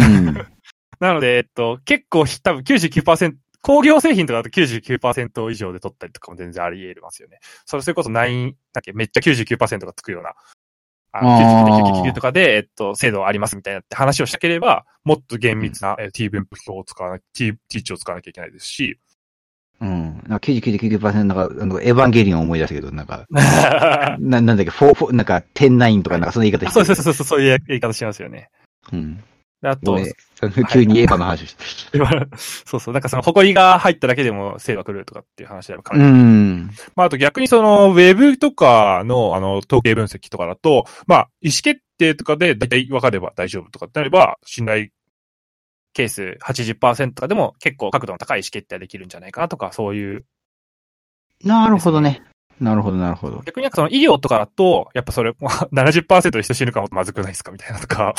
なので、えっと、結構ひ、多分99%、工業製品とかだと99%以上で取ったりとかも全然あり得ますよね。それ、それこそ9、だっけ、めっちゃ99%がつくような、あの、
あー
99.99とかで、えっと、精度ありますみたいなって話をしたけれ
[LAUGHS]
ば、もっと厳密なえー T 分布表を使わな、T、T 値を使わなきゃいけないですし、
うん。なんか99.9%なんか、あの、エヴァンゲリオン思い出したけど、なん
[LAUGHS]
か、ななんだっけ、フォー、フォー、なんか、天ナインとか、なんかその言い方して
そう
る
そうそうそう、そういう言い方しますよね。
うん。
であ
ご
と
めん、急にエヴァの話して。
今 [LAUGHS] そうそう、なんかその、埃が入っただけでも精は来るとかっていう話であるから、
うん。
まあ、あと逆にその、ウェブとかの、あの、統計分析とかだと、まあ、意思決定とかで大体分かれば大丈夫とかってなれば、信頼ケース80%とかでも結構角度の高い意思決定ができるんじゃないかなとか、そういう。
なるほどね。なるほど、なるほど。
逆になんかその医療とかだと、やっぱそれ、 [LAUGHS] まあ70%で人死ぬかもまずくないですかみたいなとか、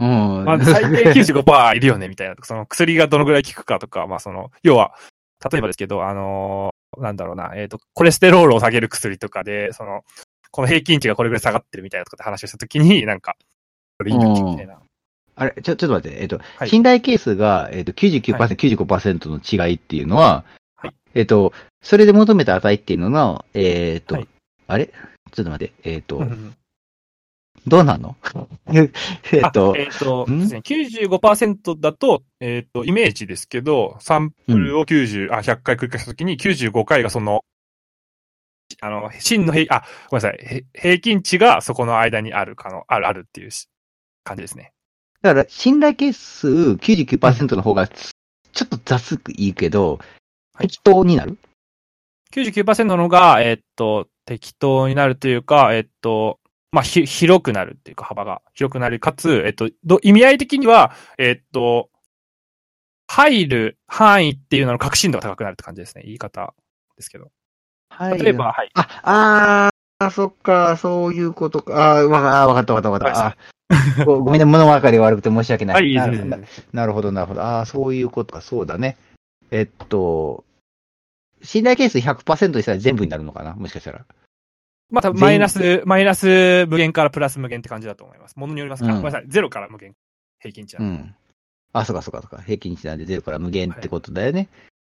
うん。 [LAUGHS]
まあ、最低95%いるよねみたいなとか、その薬がどのぐらい効くかとか、まあその、要は、例えばですけど、あのーなんだろうな、えっ、と、コレステロールを下げる薬とかで、その、この平均値がこれぐらい下がってるみたいなとかって話をしたときに、なんか、これいいんだっけみたいな。
あれ、ちょ、ちょっと待って、えっと、
はい
信頼係数が、えっと、99%、
は
95%の違いっていうのは、
はい
えっと、それで求めた値っていうのが、えっと、
はい
あれちょっと待って、えっと、
うん
どうなん
[LAUGHS]
のえっと
あ、えっ、と、
ん
ですね、95%だと、えっ、と、イメージですけど、サンプルを90、あ、100回繰り返したときに、95回がその、あの、真の平、あ、ごめんなさい、へ平均値がそこの間にあるかの、ある、あるっていうし感じですね。
だから、信頼係数99%の方が、ちょっと雑くいいけど、
はい
適当になる
99%の方が、えーっと、適当になるというか、えーっと、まあ、ひ、広くなるっていうか、幅が広くなり、かつ、えーっと、ど、意味合い的には、えーっと、入る範囲っていうのの確信度が高くなるって感じですね。言い方ですけど。
は
例えば、
[LAUGHS]
はい。
あ、あー、そっか、そういうことか。あー、わかあーわかったわかったわかった。あごごめんね、物分かり悪くて申し訳ない。
はい、いいで
な
す
る
ね
ほどなるほど、なるほど。ああ、そういうことか、そうだね。えっと、信頼係数100%にしたら全部になるのかなもしかしたら。
また、
全
マイナス、マイナス無限からプラス無限って感じだと思います。ものによりますから、
うん
ごめんなさい。ゼロから無限、平均値なん
う
で
ん。あ、そうかそうかそうか。平均値なんで0から無限っ
はい
てことだよね。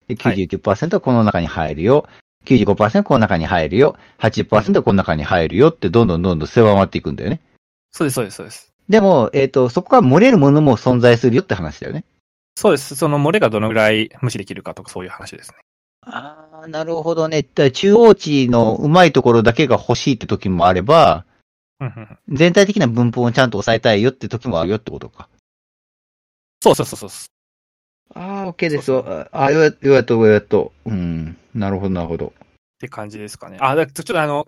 で
はい
99%はこの中に入るよ。95%はこの中に入るよ。80%はこの中に入るよってどんどんどんどん狭まっていくんだよね。
そうです、そうです、そうです。
でも、えっ、と、そこから漏れるものも存在するよって話だよね。
そうです。その漏れがどのぐらい無視できるかとか、そういう話ですね。
ああ、なるほどね。だから中央値のうまいところだけが欲しいって時もあれば、
うんうんうん。
全体的な分布をちゃんと抑えたいよって時もあるよってことか。
そうそうそうそう。
ああ、OK
ですよ
ああ、ようやっと、ようやっと。うん。なるほど、なるほど。
って感じですかね。あ、だちょっとあの、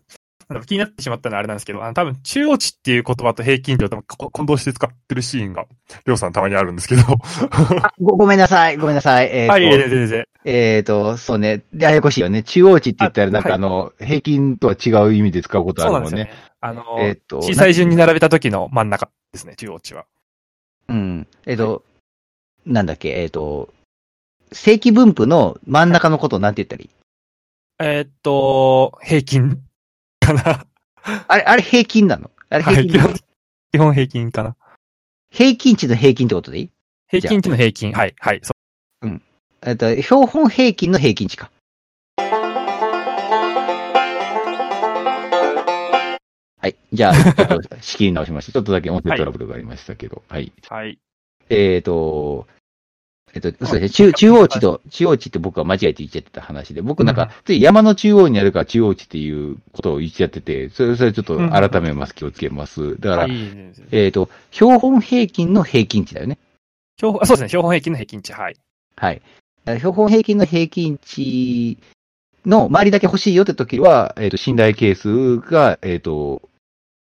なんだろう気になってしまったのはあれなんですけど、あの、多分、中央値っていう言葉と平均値を多分こ混同して使ってるシーンが、りょうさんたまにあるんですけど。は
あご、ごめんなさい、ごめんなさい。えっ、と、
い、全然全然。
えーと、そうね。で、ややこしいよね。中央値って言ったら、なんかあの、平均とは違う意味で使うことあ
そう
る
なんで
もん
すよ
ね。
ね。あの、
えっ、と、
小さい順に並べた時の真ん中ですね、中央値は。
うん。えっ、と、なんだっけ、えっ、と、正規分布の真ん中のことをなんて言ったらいい
えっと、平均かな。
あれ、あれ平均なのあれ
は
平
い、
均
基
なの、
本 [LAUGHS] 基本平均かな。
平均値の平均ってことでいい
平均値の平均。はい、はい。そ
えっと、標本平均の平均値か。はい。じゃあ、ちょっと仕切り直しまして、ちょっとだけ音声トラブルがありましたけど、はい。
うはい。
えっ、と、えっ、と、そうですね、中中央値と、中央値って僕は間違えて言っちゃってた話で、僕なん
うん
か、つい山の中央にあるから中央値っていうことを言っちゃってて、それ、それちょっと改めます、気をつけます。だから、
はいいいね
えっ、と、標本平均の平均値だよね。
標本あそうですね、標本平均の平均値。はい。
はい。だから標本平均の平均値の周りだけ欲しいよって時は、えっ、と、信頼係数が、えっ、と、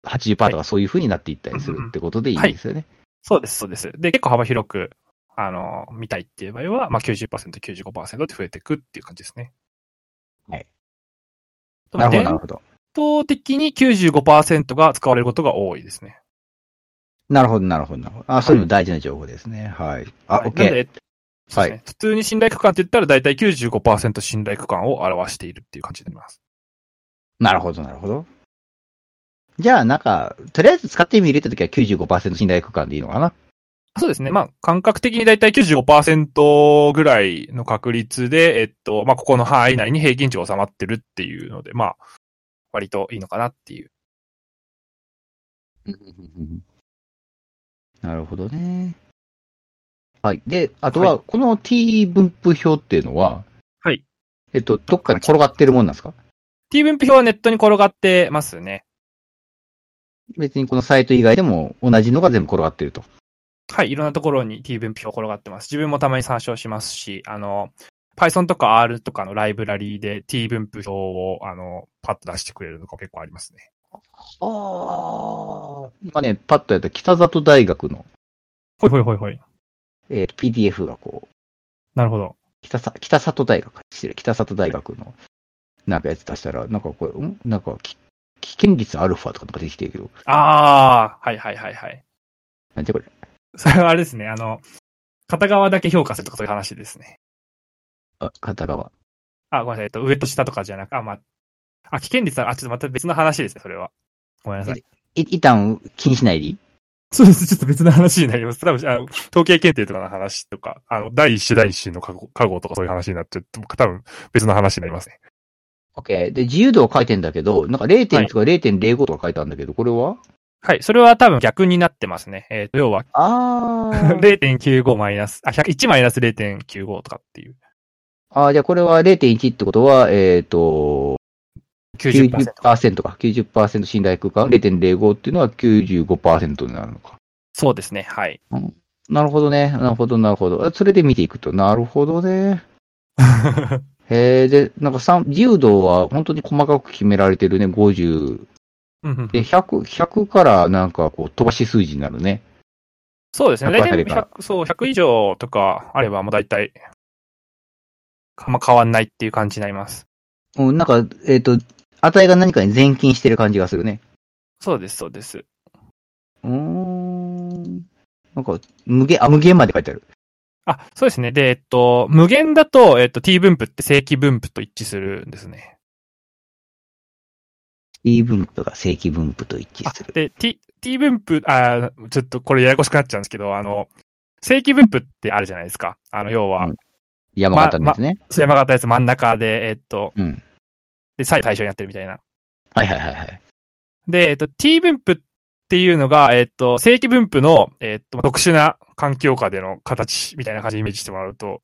80%とかそういう風になっていったりするってことでいいんですよね。
そうです、そうです。で、結構幅広く、あの、見たいっていう場合は、まあ90%、95%って増えていくっていう感じですね。
はい。
まあ
なるほど、なる
伝
ほど。
統的に95%が使われることが多いですね。
なるほど、なるほど、なるほど。あ、そういうのも大事な情報ですね。はい。あ、
なの
OK。
でそうですね普通に信頼区間って言ったら、だいたい95%信頼区間を表しているっていう感じになります。
なるほど、なるほど。じゃあ、なんか、とりあえず使ってみるって時は95%信頼区間でいいのかな
そうですね。まあ、感覚的にだいたい95%ぐらいの確率で、えっと、まあ、ここの範囲内に平均値が収まってるっていうので、まあ、割といいのかなっていう。
[LAUGHS] なるほどね。はい。で、あとは、この t 分布表っていうのは、
はい。
えっと、どっかに転がってるもんなんですか
t v ン表はネットに転がってますね。
別にこのサイト以外でも同じのが全部転がってると。
はい、いろんなところに t v ン表転がってます。自分もたまに参照しますし、あの、Python とか R とかのライブラリーで t v ン表を、あの、パッと出してくれるのが結構ありますね。
ああ。今ね、パッとやった北里大学の、
ほいほいほいほい。
えー PDF がこう、
なるほど。
北さ北里大学、失礼、北里大学の、なんかやつ出したら、なんかこれ、んなんかき、危険率アルファとかなんかできてるけど、
あー、はいはいはいはい。
なんじゃこれ。
それはあれですね、あの、片側だけ評価するとかそういう話ですね。
あ、片側。
あ、ごめんなさい、えっと、上と下とかじゃなく、あ、まあ、あ、危険率は、あ、ちょっとまた別の話ですね、それは。ごめんなさい。
い、一旦気にしないでいい
そうです、ちょっと別の話になります。多分、あの統計検定とかの話とか、あの、第一子第一子の過去過去とかそういう話になっちゃって、多分別の話になりますね。
?OK。で、自由度は書いてんだけど、なんか0.1とか0.05とか書いてあるんだけど、これは
はい、それは多分逆になってますね。えっ、と、要 [LAUGHS] は、
あー。
0.95マイナス、あ、100 1マイナス0.95とかっていう。
[LAUGHS] あーじゃあこれは0.1ってことは、えっ、と、
90%。
90%か。90%信頼空間。0.05っていうのは95%になるのか。
そうですね、 [LAUGHS] はい。
なるほどね。なるほど、なるほど。あそれで見ていくと、なるほどね。へえ、で、なんか三自由度は本当に細かく決められてるね、50。
うんうん
で、100、100からなんかこう飛ばし数字になるね。
そうですね。
100
大
あた
体
りから
100、そう、100以上とかあれば、もう大体、あんま変わんないっていう感じになります。
うん、なんか、えっ、と、値が何かに前近してる感じがするね。
そうです、そうです。
うーん。なんか、無限、あ、無限まで書いてある。
あ、そうですね。で、えっと、無限だと、えっと、t 分布って正規分布と一致するんですね。
t 分布が正規分布と一致
あ
する。
で、t、t 分布、あーちょっとこれややこしくなっちゃうんですけど、あの、正規分布ってあるじゃないですか。あの、要は、
うん山形のやつね。
山形やつ真ん中で、えっと、
うん。
で、左右対称になってるみたいな。
はいはいはいはい。 [LAUGHS]
で、えっと、t 分布っていうのが、えっと、正規分布の、えっと、特殊な環境下での形みたいな感じでイメージしてもらうと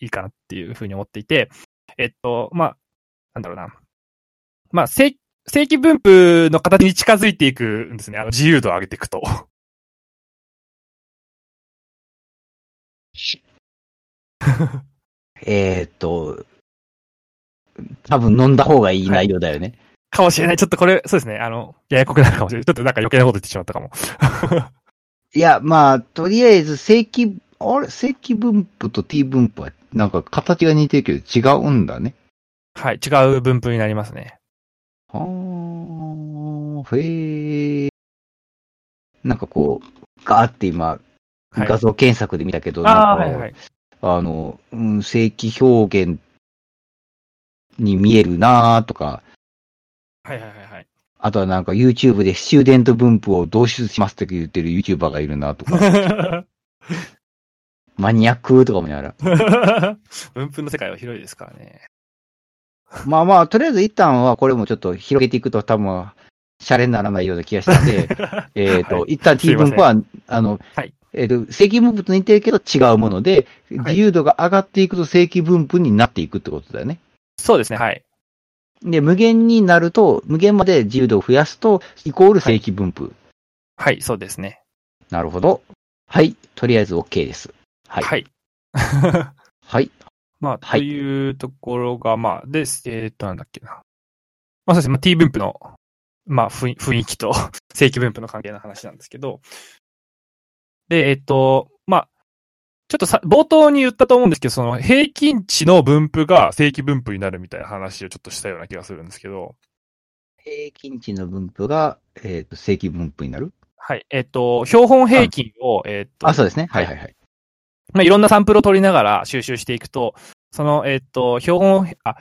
いいかなっていうふうに思っていて、えっと、まあ、なんだろうな。まあ、正正規分布の形に近づいていくんですね。あの、自由度を上げていくと。 [LAUGHS]
えっ、と、多分飲んだ方がいい内容だよね。
かもしれない。ちょっとこれ、そうですね。あの、ややこくなるかもしれない。ちょっとなんか余計なこと言ってしまったかも。
い、や、まあ、とりあえず正規、あれ正規分布と t 分布はなんか形が似てるけど違うんだね。
はい。違う分布になりますね。
はー、へー。なんかこう、ガーって今、
はい。
画像検索で見たけど、
ああ、
な
は
ん
い
か
はい。
あの、うん、正規表現に見えるなーとか、
はいはいはいはい。
あとはなんか YouTube でスチューデント分布を導出しますって言ってる YouTuber がいるなと
[LAUGHS]
か。マニアックとかもやら。
文 [LAUGHS] 分の世界は広いですからね。
まあまあ、とりあえず一旦はこれもちょっと広げていくと多分、シャレにならないような気がしたん
[LAUGHS]
で、えっと、
は
一旦
すい
T
ま
分
せん
布は、あの、
はい
えっ、と、正規分布と似てるけど違うもので、自由度が上がっていくと正規分布になっていくってことだよね。
[LAUGHS] そうですね、はい。
で、無限になると、無限まで自由度を増やすと、イコール正規分布。
はい、そうですね。
なるほど。はい。とりあえず OK です。はい。
はい。
はい。
[LAUGHS] まあ、
はい
というところが、まあ、で、えーっと、なんだっけな。まあ、そうですね、まあ、t 分布の、まあ、雰囲雰囲気と [LAUGHS] 正規分布の関係の話なんですけど。で、えーっと、まあ、ちょっとさ、冒頭に言ったと思うんですけど、その平均値の分布が正規分布になるみたいな話をちょっとしたような気がするんですけど。
平均値の分布が、えっ、と、正規分布になる
はい。えっ、と、標本平均を、えっ、と、
あ、そうですね。はいはいはい。
まあ、いろんなサンプルを取りながら収集していくと、その、えっ、と、標本、あ、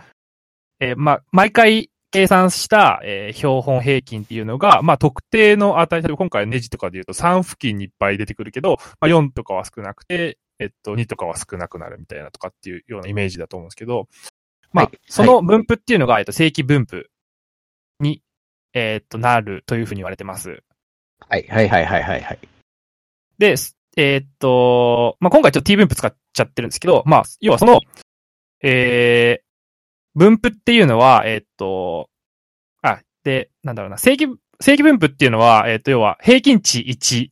えーまあ、毎回計算した、えー標本平均っていうのが、まあ、特定の値、例えば今回ネジとかで言うと3付近にいっぱい出てくるけど、まあ、4とかは少なくて、えっ、と、2とかは少なくなるみたいなとかっていうようなイメージだと思うんですけど、まあ、
はい
その分布っていうのが、えっ、と、正規分布に、えっ、と、なるというふうに言われてます。
はいはいはいはいはいはい。
で、すえーっと、まあ、今回ちょっと t 分布使っちゃってるんですけど、まあ、要はその、え分布っていうのは、えーっと、あ、で、なんだろうな、正規、正規分布っていうのは、えーっと、要は平均値1、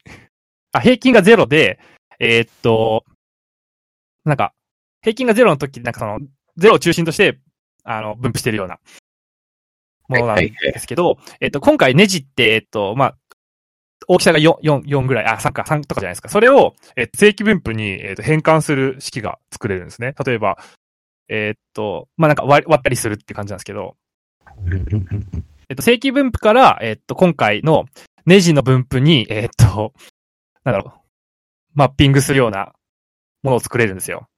あ、平均が0で、えーっと、なんか、平均が0の時、なんかその、0を中心として、あの、分布してるようなものなんですけど、えーっと、今回ネジって、えーっと、まあ、大きさが4、4、4ぐらい、あ、3か、3とかじゃないですか。それを、えー正規分布に、えーっと変換する式が作れるんですね。例えば、えーっと、まあ、なんか割割ったりするって感じなんですけど、えっと、正規分布から、えっと、今回のネジの分布に、えっと、なんだろう、マッピングするようなものを作れるんですよ。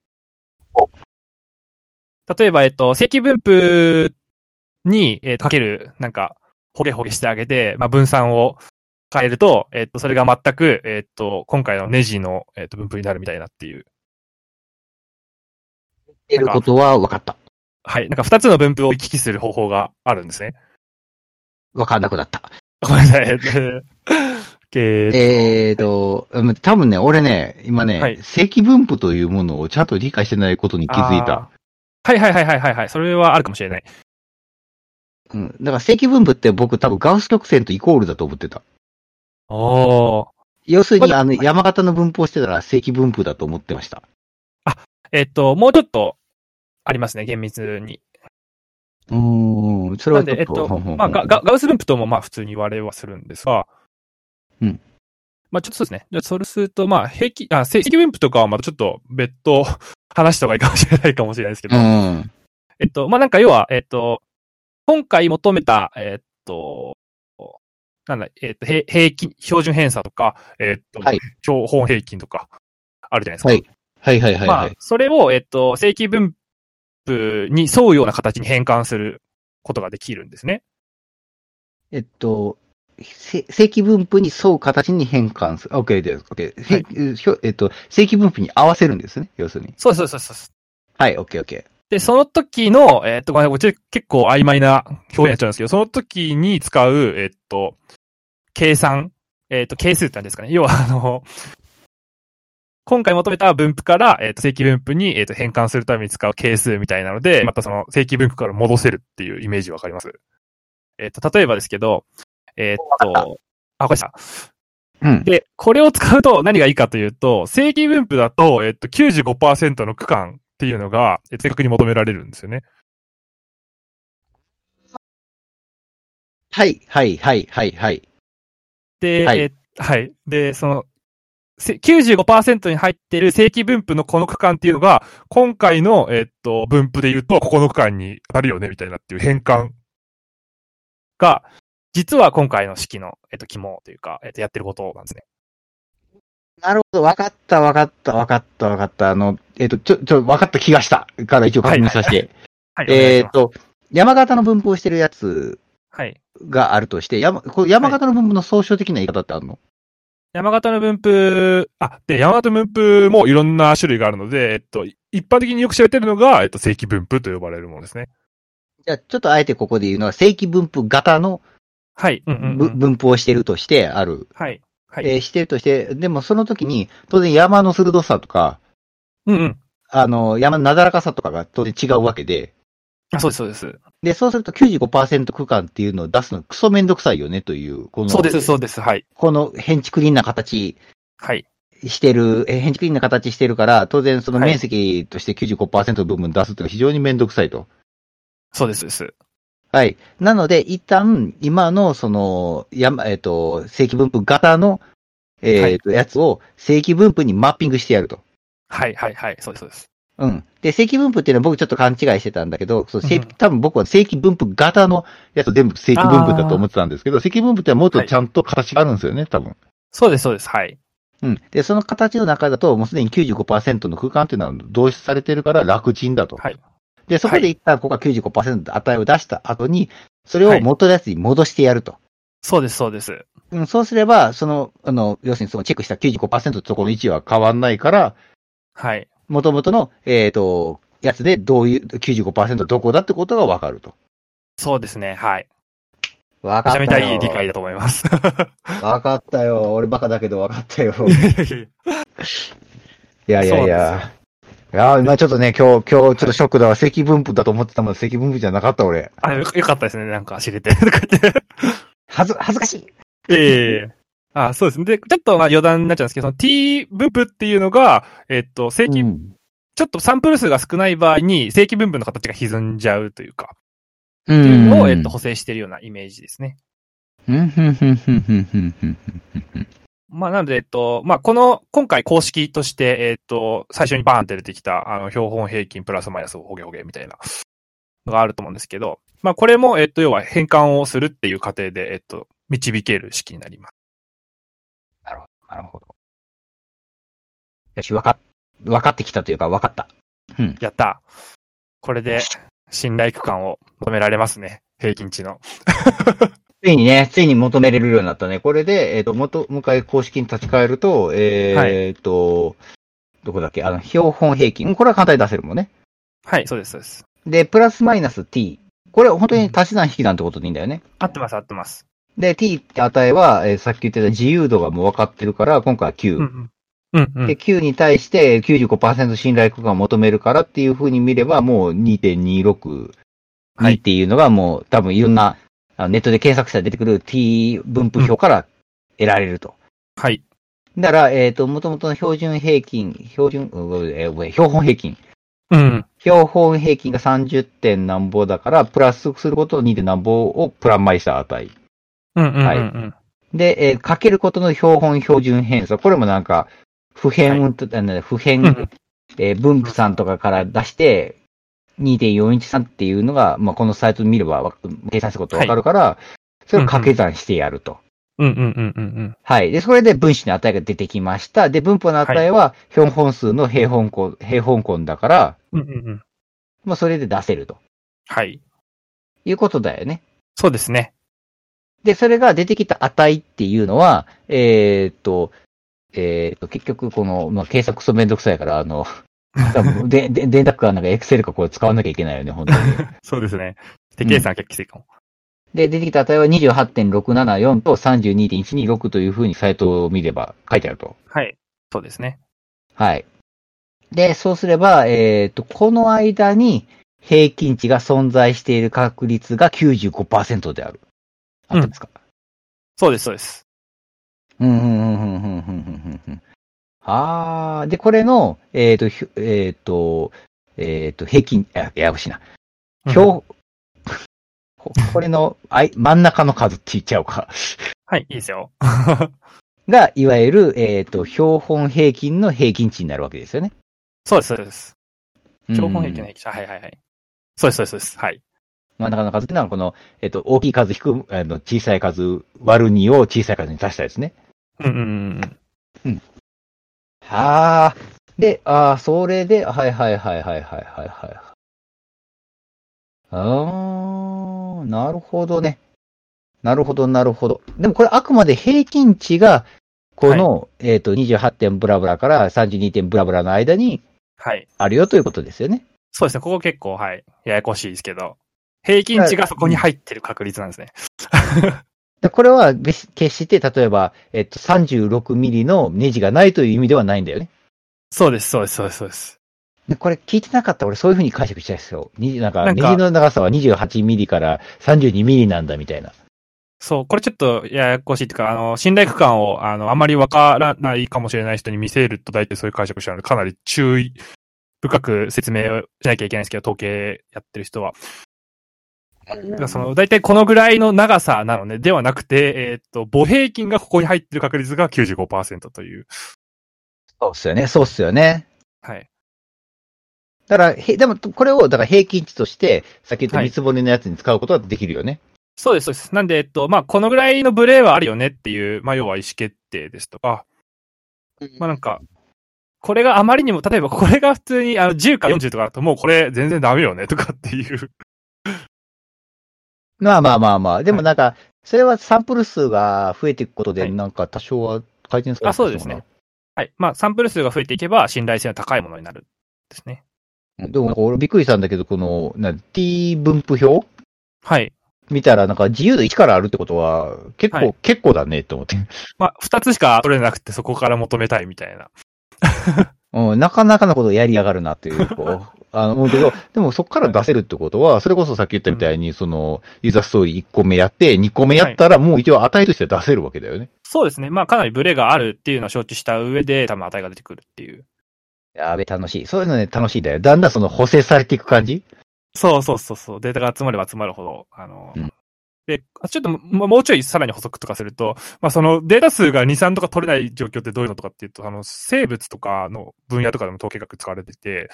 例えば、えっと、正規分布に、えっと、かける、なんか、ほげほげしてあげて、まあ、分散を変えると、えっと、それが全く、えっと、今回のネジの、えっと、分布になるみたいなっていう。
言ってることは分かった。
はい。なんか、二つの分布を行き来する方法があるんですね。
分かんなくなった。
ごめんなさい。えっとえー
えーと、うん多分ね、俺ね、今ね、
はい
正規分布というものをちゃんと理解してないことに気づいた。
はいはいはいはいはいはい。それはあるかもしれない。
うん。だから正規分布って僕多分ガウス曲線とイコールだと思ってた。
おお。
要するに、
まだ
あの、山形の分布をしてたら正規分布だと思ってました。
えっと、もうちょっとありますね、厳密に。
うーん。それは
なん
ちょ
で
っ、と
えっと
ほんほんほ、ん
まあ、ガガガウス分布ともまあ普通に言われはするんですが、
うん。
まあちょっとそうですね。じゃあそれすると、まあ平均、あ、正正規分布とかはまたちょっと別途話した方がいいかもしれないかもしれないですけど、
うん。
えっと、まあ、なんか要は、えっと、今回求めた、えっと、なんだ、えっと、へ平均、標準偏差とか、えっと、
はい
標本平均とか、あるじゃないですか。
はい。はいはいはい、はい
まあ、それを、えっと、正規分布に沿うような形に変換することができるんですね。
えっと、せ正規分布に沿う形に変換する。あ OK です。OK。
はい
へひょえっと、正規分布に合わせるんですね。要するに。
そうそうそうそう。
はい、OK、OK。
で、その時の、えっと、ごめんなさいこっち結構曖昧な表現になっちゃうんですけど、その時に使う、えっと、計算、えっと、係数ってなんですかね。要は、あの、今回求めた分布から、えっと、正規分布に、えっと、変換するために使う係数みたいなので、またその正規分布から戻せるっていうイメージわかりますえっと、例えばですけど、えっ
わかっ
と、あ、これした。
うん。
で、これを使うと何がいいかというと、正規分布だと、えっと、95%の区間っていうのが、えっと正確に求められるんですよね。
はい、はい、はい、はい、はい。
で、
はい
えはい。で、その、せ95%に入ってる正規分布のこの区間っていうのが、今回の、えっと、分布で言うと、ここの区間に当たるよね、みたいなっていう変換が、実は今回の式の、えっと、肝というか、えっと、やってることなんですね。
なるほど。わかった、わかった、わかった、わかった。あの、えっ、と、ちょ、ちょ、わかった気がした。から一応確認させて。
はい。
えっ
と、
と、山形の分布をしてるやつ
はい。
があるとして、山、こう山形の分布の総称的な言い方ってあるの、
山形の分布、あ、で、山形分布もいろんな種類があるので、えっと、一般的によく知られてるのが、えっと、正規分布と呼ばれるものですね。
じゃあ、ちょっとあえてここで言うのは、正規分布型の
はい。うんうん、う
ぶ
ん。
分布をしてるとしてある。
はい。はい。
えーしてるとして、でもその時に、当然山の鋭さとか、
うんうん。
あの、山のなだらかさとかが当然違うわけで、
あ、そうです、そうです。
で、そうすると95%区間っていうのを出すのクソめんどくさいよねという、この、
そうです、そうです。はい。
この変築林な形
はい。
してる、えー変築林な形してるから、当然その
はい
面積として95%の部分出すっていうのは非常にめんどくさいと。
そうです、そうです。
はい。なので、一旦、今の、その、山、えっ、と、正規分布型の、えっ、と、やつを正規分布にマッピングしてやると。
はい、はい、はい。そうです、そうです。
うん。で、正規分布っていうのは僕ちょっと勘違いしてたんだけど、そう正
うん
多分僕は正規分布型のやつ全部正規分布だと思ってたんですけど、正規分布ってのはもっとちゃんと形があるんですよね、多分。
そうです、そうです。はい。
うん。で、その形の中だと、もうすでに95%の空間っていうのは導出されてるから楽ちんだと。
はい。
で、そこで一旦ここが95%の値を出した後に、それを元のやつに戻してやると。
そうです、そうです。
うん、そうすれば、その、あの、要するにそのチェックした95%のところの位置は変わんないから、
はい。
元々の、えっ、と、やつでどういう、95%どこだってことがわかると。
そうですね。はい。
わ
め
かっ
ち
た
ゃ
よ。
めちゃいい理解だと思います。 [LAUGHS]
わかったよ。俺バカだけどわかったよ。
いやいや
いやいやい
いや
や。いやー、今ちょっとね、今日、今日ちょっとショックだわ。積分布だと思ってたもん、積分布じゃなかった俺。
あ、よよかったですね。なんか知れて。とか言って。
はず、恥ずかしい。
ええ [LAUGHS] あ、そうですね。で、ちょっとまあ余談になっちゃうんですけど、その t 分布っていうのが、えっと、正規、
ん。
ちょっとサンプル数が少ない場合に、正規分布の形が歪んじゃうというか、
う
っていうのを、
ん
えっと、補正してるようなイメージですね。
うん、ふんふんふんふんふんふんふん
まあ、なので、えっと、まあ、この、今回公式として、えっと、最初にバーンって出てきた、あの、標本平均プラスマイナスをほげほげみたいなのがあると思うんですけど、まあ、これも、えっと、要は変換をするっていう過程で、えっと、導ける式になります。
なるほど。よし、わかっ、わかってきたというか、わかった。
やったこれで、信頼区間を求められますね。平均値の。
ついにね、ついに求めれるようになったね。これで、えっ、と、元、もう一回公式に立ち返ると、えー
はい
えっと、どこだっけあの、標本平均。これは簡単に出せるもんね。
はい、そうです、そうです。
で、プラスマイナス t。これは本当に足し算引き算ってことでいいんだよね。
合ってます、合ってます。
で、t って値は、えーさっき言ってた自由度がもう分かってるから、今回は9。
うん、うん。うん、うん
で、。9に対して95%信頼区間を求めるからっていう風に見れば、もう2.26、
はい
2っていうのがもう多分いろんな、あのネットで検索したら出てくる t 分布表から得られると。
はい。
だから、えっ、と、元々の標準平均、標準、うんえーごめん標本平均。
うん。
標本平均が30点なんぼだから、プラスすることを2点なんぼをプラマイした値。
うん、うん、うん。
はい
うん
で、えーかけることの標本標準偏差。これもなんか、普遍、あの普遍、
うん
えー分布さんとかから出して、2.413っていうのが、まあ、このサイト見ればわ、計算することわかるから、それを掛け算してやると。
うん、うん、うん、うん。
はい。で、それで分子の値が出てきました。で、分布の値は、標本数の平方根、平方根だから、
うん、うん、うん。
まあ、それで出せると
はい。
いうことだよね。
そうですね。
で、それが出てきた値っていうのは、えーっと、えーっと、結局、この、まあ、計算クソめんどくさいから、あの、多分で、で、電卓かなんかエクセルかこれ使わなきゃいけないよね、本当に。
そうですね。手計算は結構きついかも。
で、出てきた値は28.674と32.126というふうにサイトを見れば書いてあると。
はい。そうですね。
はい。で、そうすれば、えーっと、この間に平均値が存在している確率が95%である。あってますか、
そうです、そうです。
うんうんうんうんうんうんうんうんうん。あー、で、これの、えっ、と、ひゅえっ、と、えっ、と、平均、あややこしいな。
うん
表、 [LAUGHS] ここれの、あい、真ん中の数って言っちゃおうか。
はい、いいですよ。
が、いわゆる、えっ、と、標本平均の平均値になるわけですよね。
そうです、そうです。標本
う
平
ん
均の平均。はい、はい、はい。そうです、そうです、そうです。はい。
真ん中の数っていうのは、この、えっ、と、大きい数引く、あの、小さい数割る2を小さい数に足したやつね。
うん、うん、うん。
はあ。で、ああ、それで、はいはいはいはいはいはいはい。ああ、なるほどね。なるほど、なるほど。でもこれあくまで平均値が、この、えっ、と、28点ブラブラから32点ブラブラの間に
はい。
あるよということですよね。
そうですね。ここ結構、はい。ややこしいですけど。平均値がそこに入ってる確率なんですね。
でこれはべし決して、例えば、えっ、と、36ミリのネジがないという意味ではないんだよね。
そうです、そうです、そうです、そうです。
でこれ聞いてなかったら俺そういう風に解釈したいですよ。になん
な
か、
ん
ネ
か
ジの長さは28ミリから32ミリなんだみたいな。
そう、これちょっとややこしいっていうか、あの、信頼区間を、あの、あまりわからないかもしれない人に見せると大体そういう解釈しちゃうので、かなり注意深く説明をしなきゃいけないんですけど、統計やってる人は。だからその、大体このぐらいの長さなのね、ではなくて、えーっと、母平均がここに入ってる確率が95%という。
そうっすよね。そうっすよね。
はい。
だから、へでも、これを、だから平均値として、さっき言った
はい
三つ骨のやつに使うことはできるよね。
そうです、そうです。なんで、えっと、まあ、このぐらいのブレはあるよねっていう、まあ、要は意思決定ですとか、まあ、なんか、これがあまりにも、例えばこれが普通にあの10か40とかだと、もうこれ全然ダメよねとかっていう。
まあまあまあまあ。でも
はい
なんか、それはサンプル数が増えていくことで、
はい
なんか多少は改善する
あそうですね。はい。まあ、サンプル数が増えていけば、信頼性の高いものになる。ですね。
でも、俺びっくりしたんだけど、この、な t 分布表
はい。
見たら、なんか自由度1からあるってことは、結構、
はい
結構だねって思って。 [LAUGHS]
まあ、二つしか取れなくて、そこから求めたいみたいな。
うん、なかなかのことをやりやがるなっていう、こう、あの、思うけど、でもそこから出せるってことは、それこそさっき言ったみたいに、その、ユーザーストーリー1個目やって、2個目やったら、もう一応値として出せるわけだよね。
そうですね。まあ、かなりブレがあるっていうのを承知した上で、多分値が出てくるっていう。
やべ、楽しい。そういうのね、楽しいんだよ。だんだんその補正されていく感じ
そうそうそうそう。データが集まれば集まるほど、あの、
うん
で、あちょっとももうちょいさらに補足とかすると、まあそのデータ数が2、3とか取れない状況ってどういうのとかっていうと、あの、生物とかの分野とかでも統計学使われてて、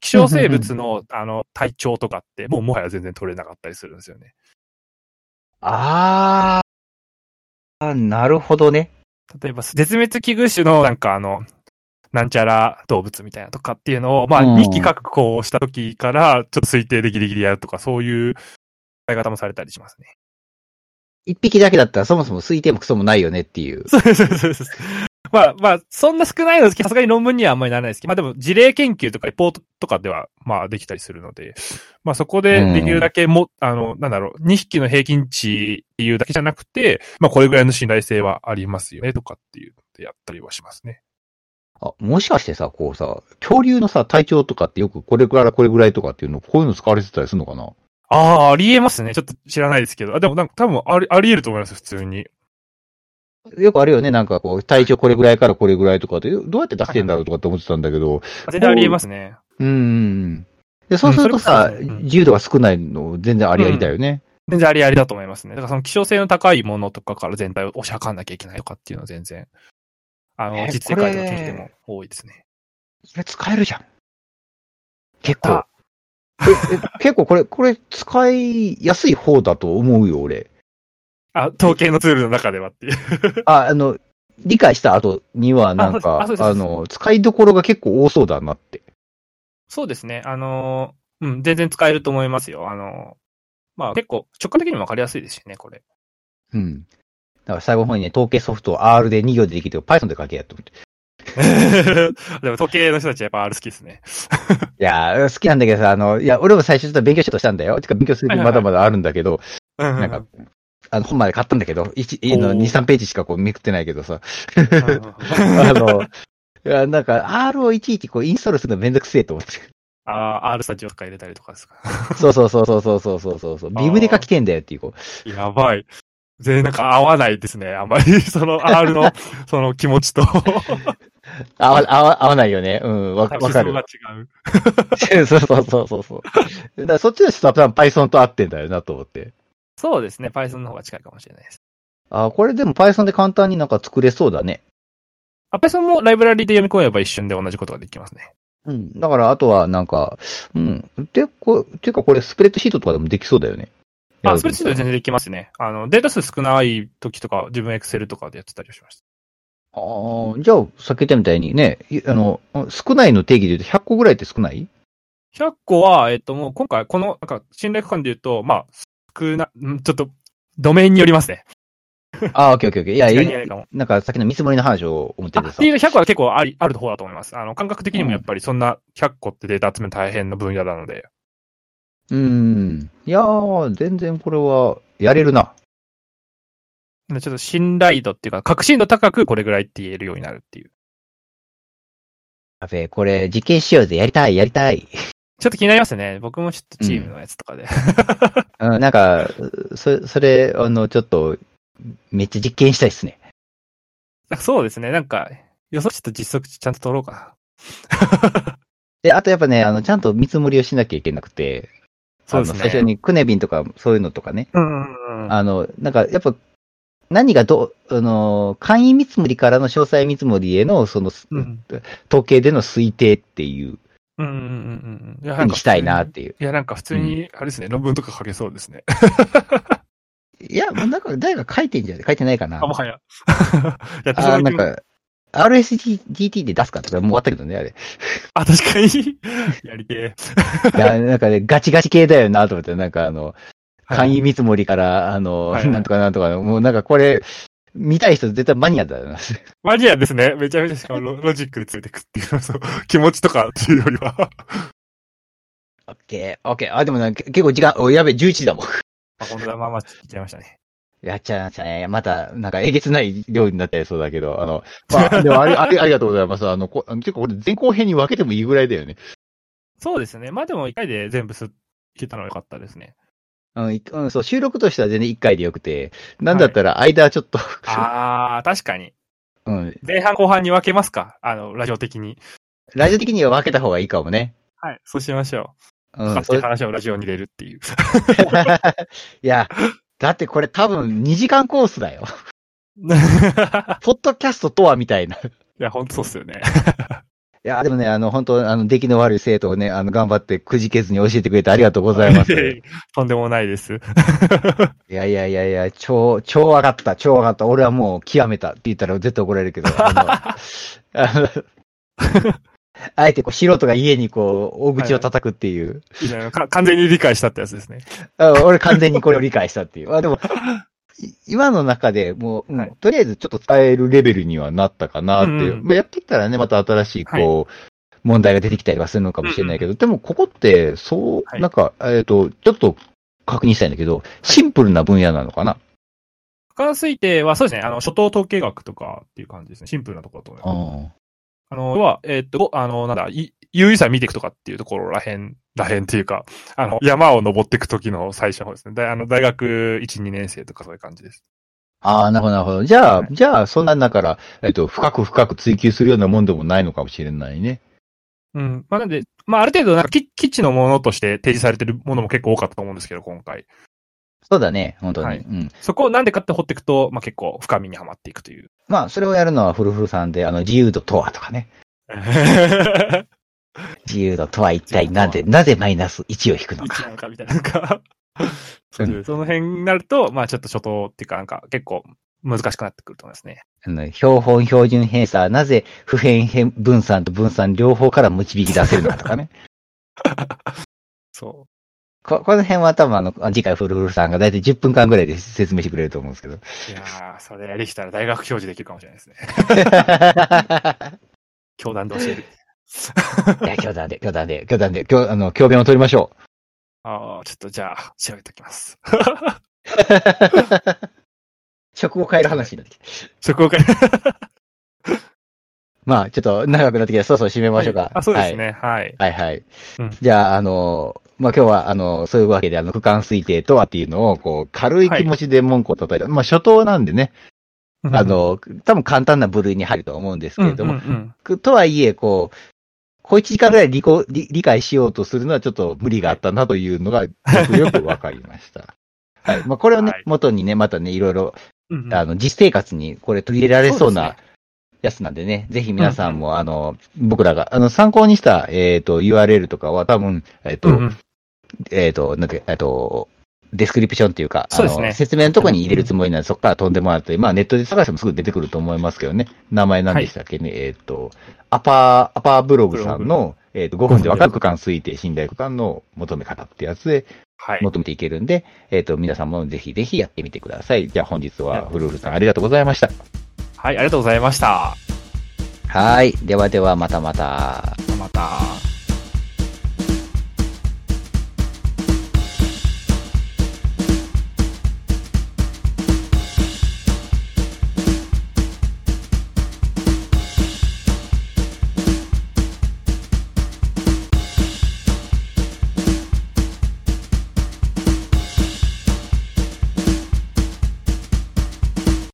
希少生物の、あの、体調とかって、もうもはや全然取れなかったりするんですよね。
あー、あなるほどね。
例えば、絶滅危惧種の、なんかあの、なんちゃら動物みたいなとかっていうのを、まあ、
うん
2期確保した時から、ちょっと推定でギリギリやるとか、そういう使い方もされたりしますね。
一匹だけだったらそもそも推定もクソもないよねっていう。
[LAUGHS] そうそうそうそう。まあまあ、そんな少ないのですけど、さすがに論文にはあんまりならないですけど、まあでも事例研究とかレポートとかでは、まあできたりするので、まあそこでできるだけも、あの、なんだろう、2匹の平均値っていうだけじゃなくて、まあこれぐらいの信頼性はありますよね、とかっていうのでやったりはしますね。
あ、もしかしてさ、こうさ、恐竜のさ、体調とかってよくこれくらいこれぐらいとかっていうの、こういうの使われてたりするのかな
ああ、ありえますね。ちょっと知らないですけど。あ、でもなんか多分あり、ありえると思います、普通に。
よくあるよね、なんかこう、体調これぐらいからこれぐらいとかって、どうやって出してんだろうとかって思ってたんだけど、
全然ありえますね。
うんうんうん。で、そうするとさ、
うんそれこそそううん
自由度が少ないの、全然ありありだよね。
全然ありありだと思いますね。だからその希少性の高いものとかから全体を推し量んなきゃいけないとかっていうのは全然、あ
え
の、実世界で
こ
の
れ
研究でも多いですね。
それ使えるじゃん。結構
あ。
ええ [LAUGHS] 結構これ、これ使いやすい方だと思うよ、俺。
あ、統計のツールの中ではっていう。
あ、あの、理解した後には、なんか、
あ
あ
そうですあそうです
の、使いどころが結構多そうだなって。
そうですね。あの、うん、全然使えると思いますよ。あの、まあ結構直感的にもわかりやすいですしね、これ。
うん。だから最後の方にね、統計ソフトを R で2行でできるよ Python で書けやと思って。
[LAUGHS] でも時計の人たちはやっぱ R 好きですね。
いやー、好きなんだけどさ、あの、いや、俺も最初ちょっと勉強しようとしたんだよ。てか勉強する気まだまだあるんだけど、
な
なんか、、あの、本まで買ったんだけど、一
おー
あの2、3ページしかこうめくってないけどさ、
う
[LAUGHS]
ん
あの、いやなんか R をいちいちこうインストールするのめんどくせえと思 [LAUGHS] って。
あー R スタジオとか入れたりとかですか。
そうそうそうそうそうそうそうそうそう。ビブで書きてんだよっていうこう。
やばい。全然なんか合わないですね。あんまり、その R の、その気持 [LAUGHS] ちと、
合わ、合わ、合わないよね。うん、わ、わか
思想
る
が違。
[LAUGHS]
う。
そうそうそうそうそう。だからそっちの人は多分 Python と合ってんだよなと思って。
そうですね。Python の方が近いかもしれないです。
あ、これでも Python で簡単になんか作れそうだね。
あ、Python もライブラリで読み込めば一瞬で同じことができますね。
うん。だから、あとは、なんか、うん。で、こう、ていうか、これ、スプレッドシートとかでもできそうだよね。
あ、スプレッドシートで全
然。
然できますね。あの、データ数少ない時とか、自分 Excel とかでやってたりしまし
ああ、じゃあ、さっき言ったみたいにね、いあの、少ないの定義で言うと100個ぐらいって少ない
た。100個は、えっと、もう今回、この、なんか、信頼区間で言うと、まあ、少な、んちょっと、ドメインによりますね。
ああ、オッケーオッケーオッケー。いや、
時間に
い
ない
い
かも。
なんか、さっきの見積もりの話を思って
あ
てさ
リ。ード100は結構あり、ある方だと思います。あの、感覚的にもやっぱりそんな100個ってデータ集め大変な分野なので。
うん。いやー、全然これは、やれるな。
でちょっと信頼度っていうか、確信度高くこれぐらいって言えるようになるっていう。
やべえ、これ、実験しようぜ。やりたい、やりたい。
ちょっと気になりますね。僕もちょっとチームのやつとかで。
うん、なんか、そ、それ、あの、ちょっと、めっちゃ実験したいっすね。
なんかそうですね。なんか、予想値と実測値ちゃんと取ろうか
で、あとやっぱね、あの、ちゃんと見積もりをしなきゃいけなくて、
そうですね
あの最初にクネビンとか、そういうのとかね。
な。うん
あの、なんか、やっぱ、何がどう、あの、簡易見積もりからの詳細見積もりへの、その、
うん
統計での推定っていう
うんうんうんうん。いや
ふうにしたいなっ。ていう。
いや、なんか普通に、あれですね、論文とか書けそうですね。
いや、もうなんか、誰か書いてんじゃない書いてないかな
あ、も。はや。 [LAUGHS] やって
あ
そ
ー、
う
な
な気
ん
も
か、RSGT で出すかとか、もう終わったけどね、あれ。
あ、確かに。やりてえ。
いや、なんかね、ガチガチ系だよなと思って、なんかあの、簡易
はい
見積もりから、あの、
はいはい
なんとかなんとかの、もうなんかこれ、見たい人絶対マニアだよな。
マニアですね。めちゃめちゃしかもロロジックでついてくっていう、そう、気持ちとかっていうより [LAUGHS] は。
オッケー、オッケー。あ、でもなんか結構時間、お、やべ、11時だもん。
あ、本当だ、まあまあ、ちょっと言っちゃいましたね。
やっちゃいましたね。また、なんかえげつない料理になっちゃいそうだけど、あの、まあ、 [LAUGHS] でもありありありがとうございます。あの、こ結構これ前後編に分けてもいいぐらいだよね。
そうですね。まあでも一回で全部す、聞いたのは良かったですね。
うん、いうん、そう、収録としては全然1回でよくて、なんだったら間ちょっと、
あー、確かに。
[LAUGHS] うん、
前半後半に分けますかあの、ラジオ的に。
ラジオ的には分けた方がいいかもね。
はい。そうしましょう。
う
か
ん、
っ
そ
て
れ
話をラジオに入れるって
[LAUGHS]
いう。
いや、だってこれ多分2時間コースだよ。
い
ポッドキャストとはみたいな。
や、ほんとそうっすよね。
いや、でもね、あの、本当あの、出来の悪い生徒をね、あの、頑張ってくじけずに教えてくれてありがとうござ [LAUGHS] います。い
[LAUGHS] とんでもないです。
やいやいやいや、超、超上がった、超上がった。俺はもう極めたって言ったら絶対怒られるけど、あの、あ
[LAUGHS]
のあえてこう、素人が家にこう、大口を叩くっていう。
いいじゃないか完全に理解したってやつで
[LAUGHS]
すね。
あ俺完全にこれを理解したっていう。あでも、い今の中でもう、うん
はい
とりあえずちょっと使えるレベルにはなったかなっていう。
うんうん
まあやってきたらね、また新しい、こう、問題が出てきたりはするのかもしれないけど、でもここって、そう、
はい
なんか、えっ、と、ちょっと確認したいんだけど、シンプルな分野なのかな、
他については、そうですね。あの、初等統計学とかっていう感じですね。シンプルなところだと思います。
うん
あの、要は、えーっと、あの、なんだ、い有意差見ていくとかっていうところらへん、らへんっていうか、あの、山を登っていくときの最初の方ですね。大あの大学1、2年生とかそういう感じです。
ああ、なるほど、なるほど。じゃあ、
はい
じゃあ、そんな中から、えっ、と、深く深く追求するようなもんでもないのかもしれないね。
うん。まあ、なんで、まあ、ある程度、なんか、基基地のものとして提示されてるものも結構多かったと思うんですけど、今回。
そうだね、本当に。
はい
うん。
そこをなんでかって掘っていくと、まあ、結構深みにはまっていくと [LAUGHS] いう。
まあ、それをやるのはフルフルさんで、あの、自由度とはとかね。自由度とは一体なぜ、なぜマイナス1を引くの
一
か。
なのかみたいな。なんか、そう
う
いうその辺になると、まあ、ちょっと初等っていうか、なんか、結構難しくなってくると思いますね。
あの標本標準偏差はなぜ普遍偏分散と分散両方から導き出せるのかと [LAUGHS] かね。
そ
ここの辺は多分あの、次回フルフルさんが大体10分間ぐらいで説明してくれると思うんですけど。
う。いやー、それできたら大学教授できるかもしれないですね。教団で教える。
[LAUGHS] いや、教団で、教団で、教団で、教、あの、教鞭を取りましょう。
[LAUGHS] ああ、ちょっとじゃあ、調べておきます。
[LAUGHS] 職を変える話になってきた。
職を変え
まあ、ちょっと長くなってきたら、そろそろ締めましょうか。
あ、そうです
はい
ね。はい。
はいはい。
うん
じゃあ、あの、まあ、今日は、あの、そういうわけで、あの、区間推定とはっていうのを、こう、軽い気持ちで文句を叩いた。まあ、初等なんでね、あの、多分簡単な部類に入ると思うんですけ
うん、
れ
うん
ども、
うん
くとはいえ、こう、小一時間ぐらい理こ理理解しようとするのはちょっと無理があったなというのが、よくよくわかりました。はい。まあ、これをね、
[LAUGHS] はい
元にね、またね、いろいろ、
うんうん
あの、実生活にこれ取り入れられそう
そう
な
で
やつなんでね、ぜひ皆さんも、あの、僕らが、あの、参考にした、えっ、と、URL とかは多分、えっ、と、
うんうん
えっ、と、なんか、えっと、デスクリプションっていうか、あ
そうですね
の説明のところに入れるつもりなんで、そこから飛んでもらって、まあネットで探してもすぐ出てくると思いますけどね。名前何でしたっけね、えっ、と、アパー、アパーブログさんの、えっ、と、5分でわかる区間推定信頼区間の求め方ってやつで
はい。
求めていけるんで、えっ、と、皆さんもぜひぜひやってみてください。じゃあ本日はフルールさんありがとうございました。
はい、ありがとうございました。
はい。ではではまたまた。
また。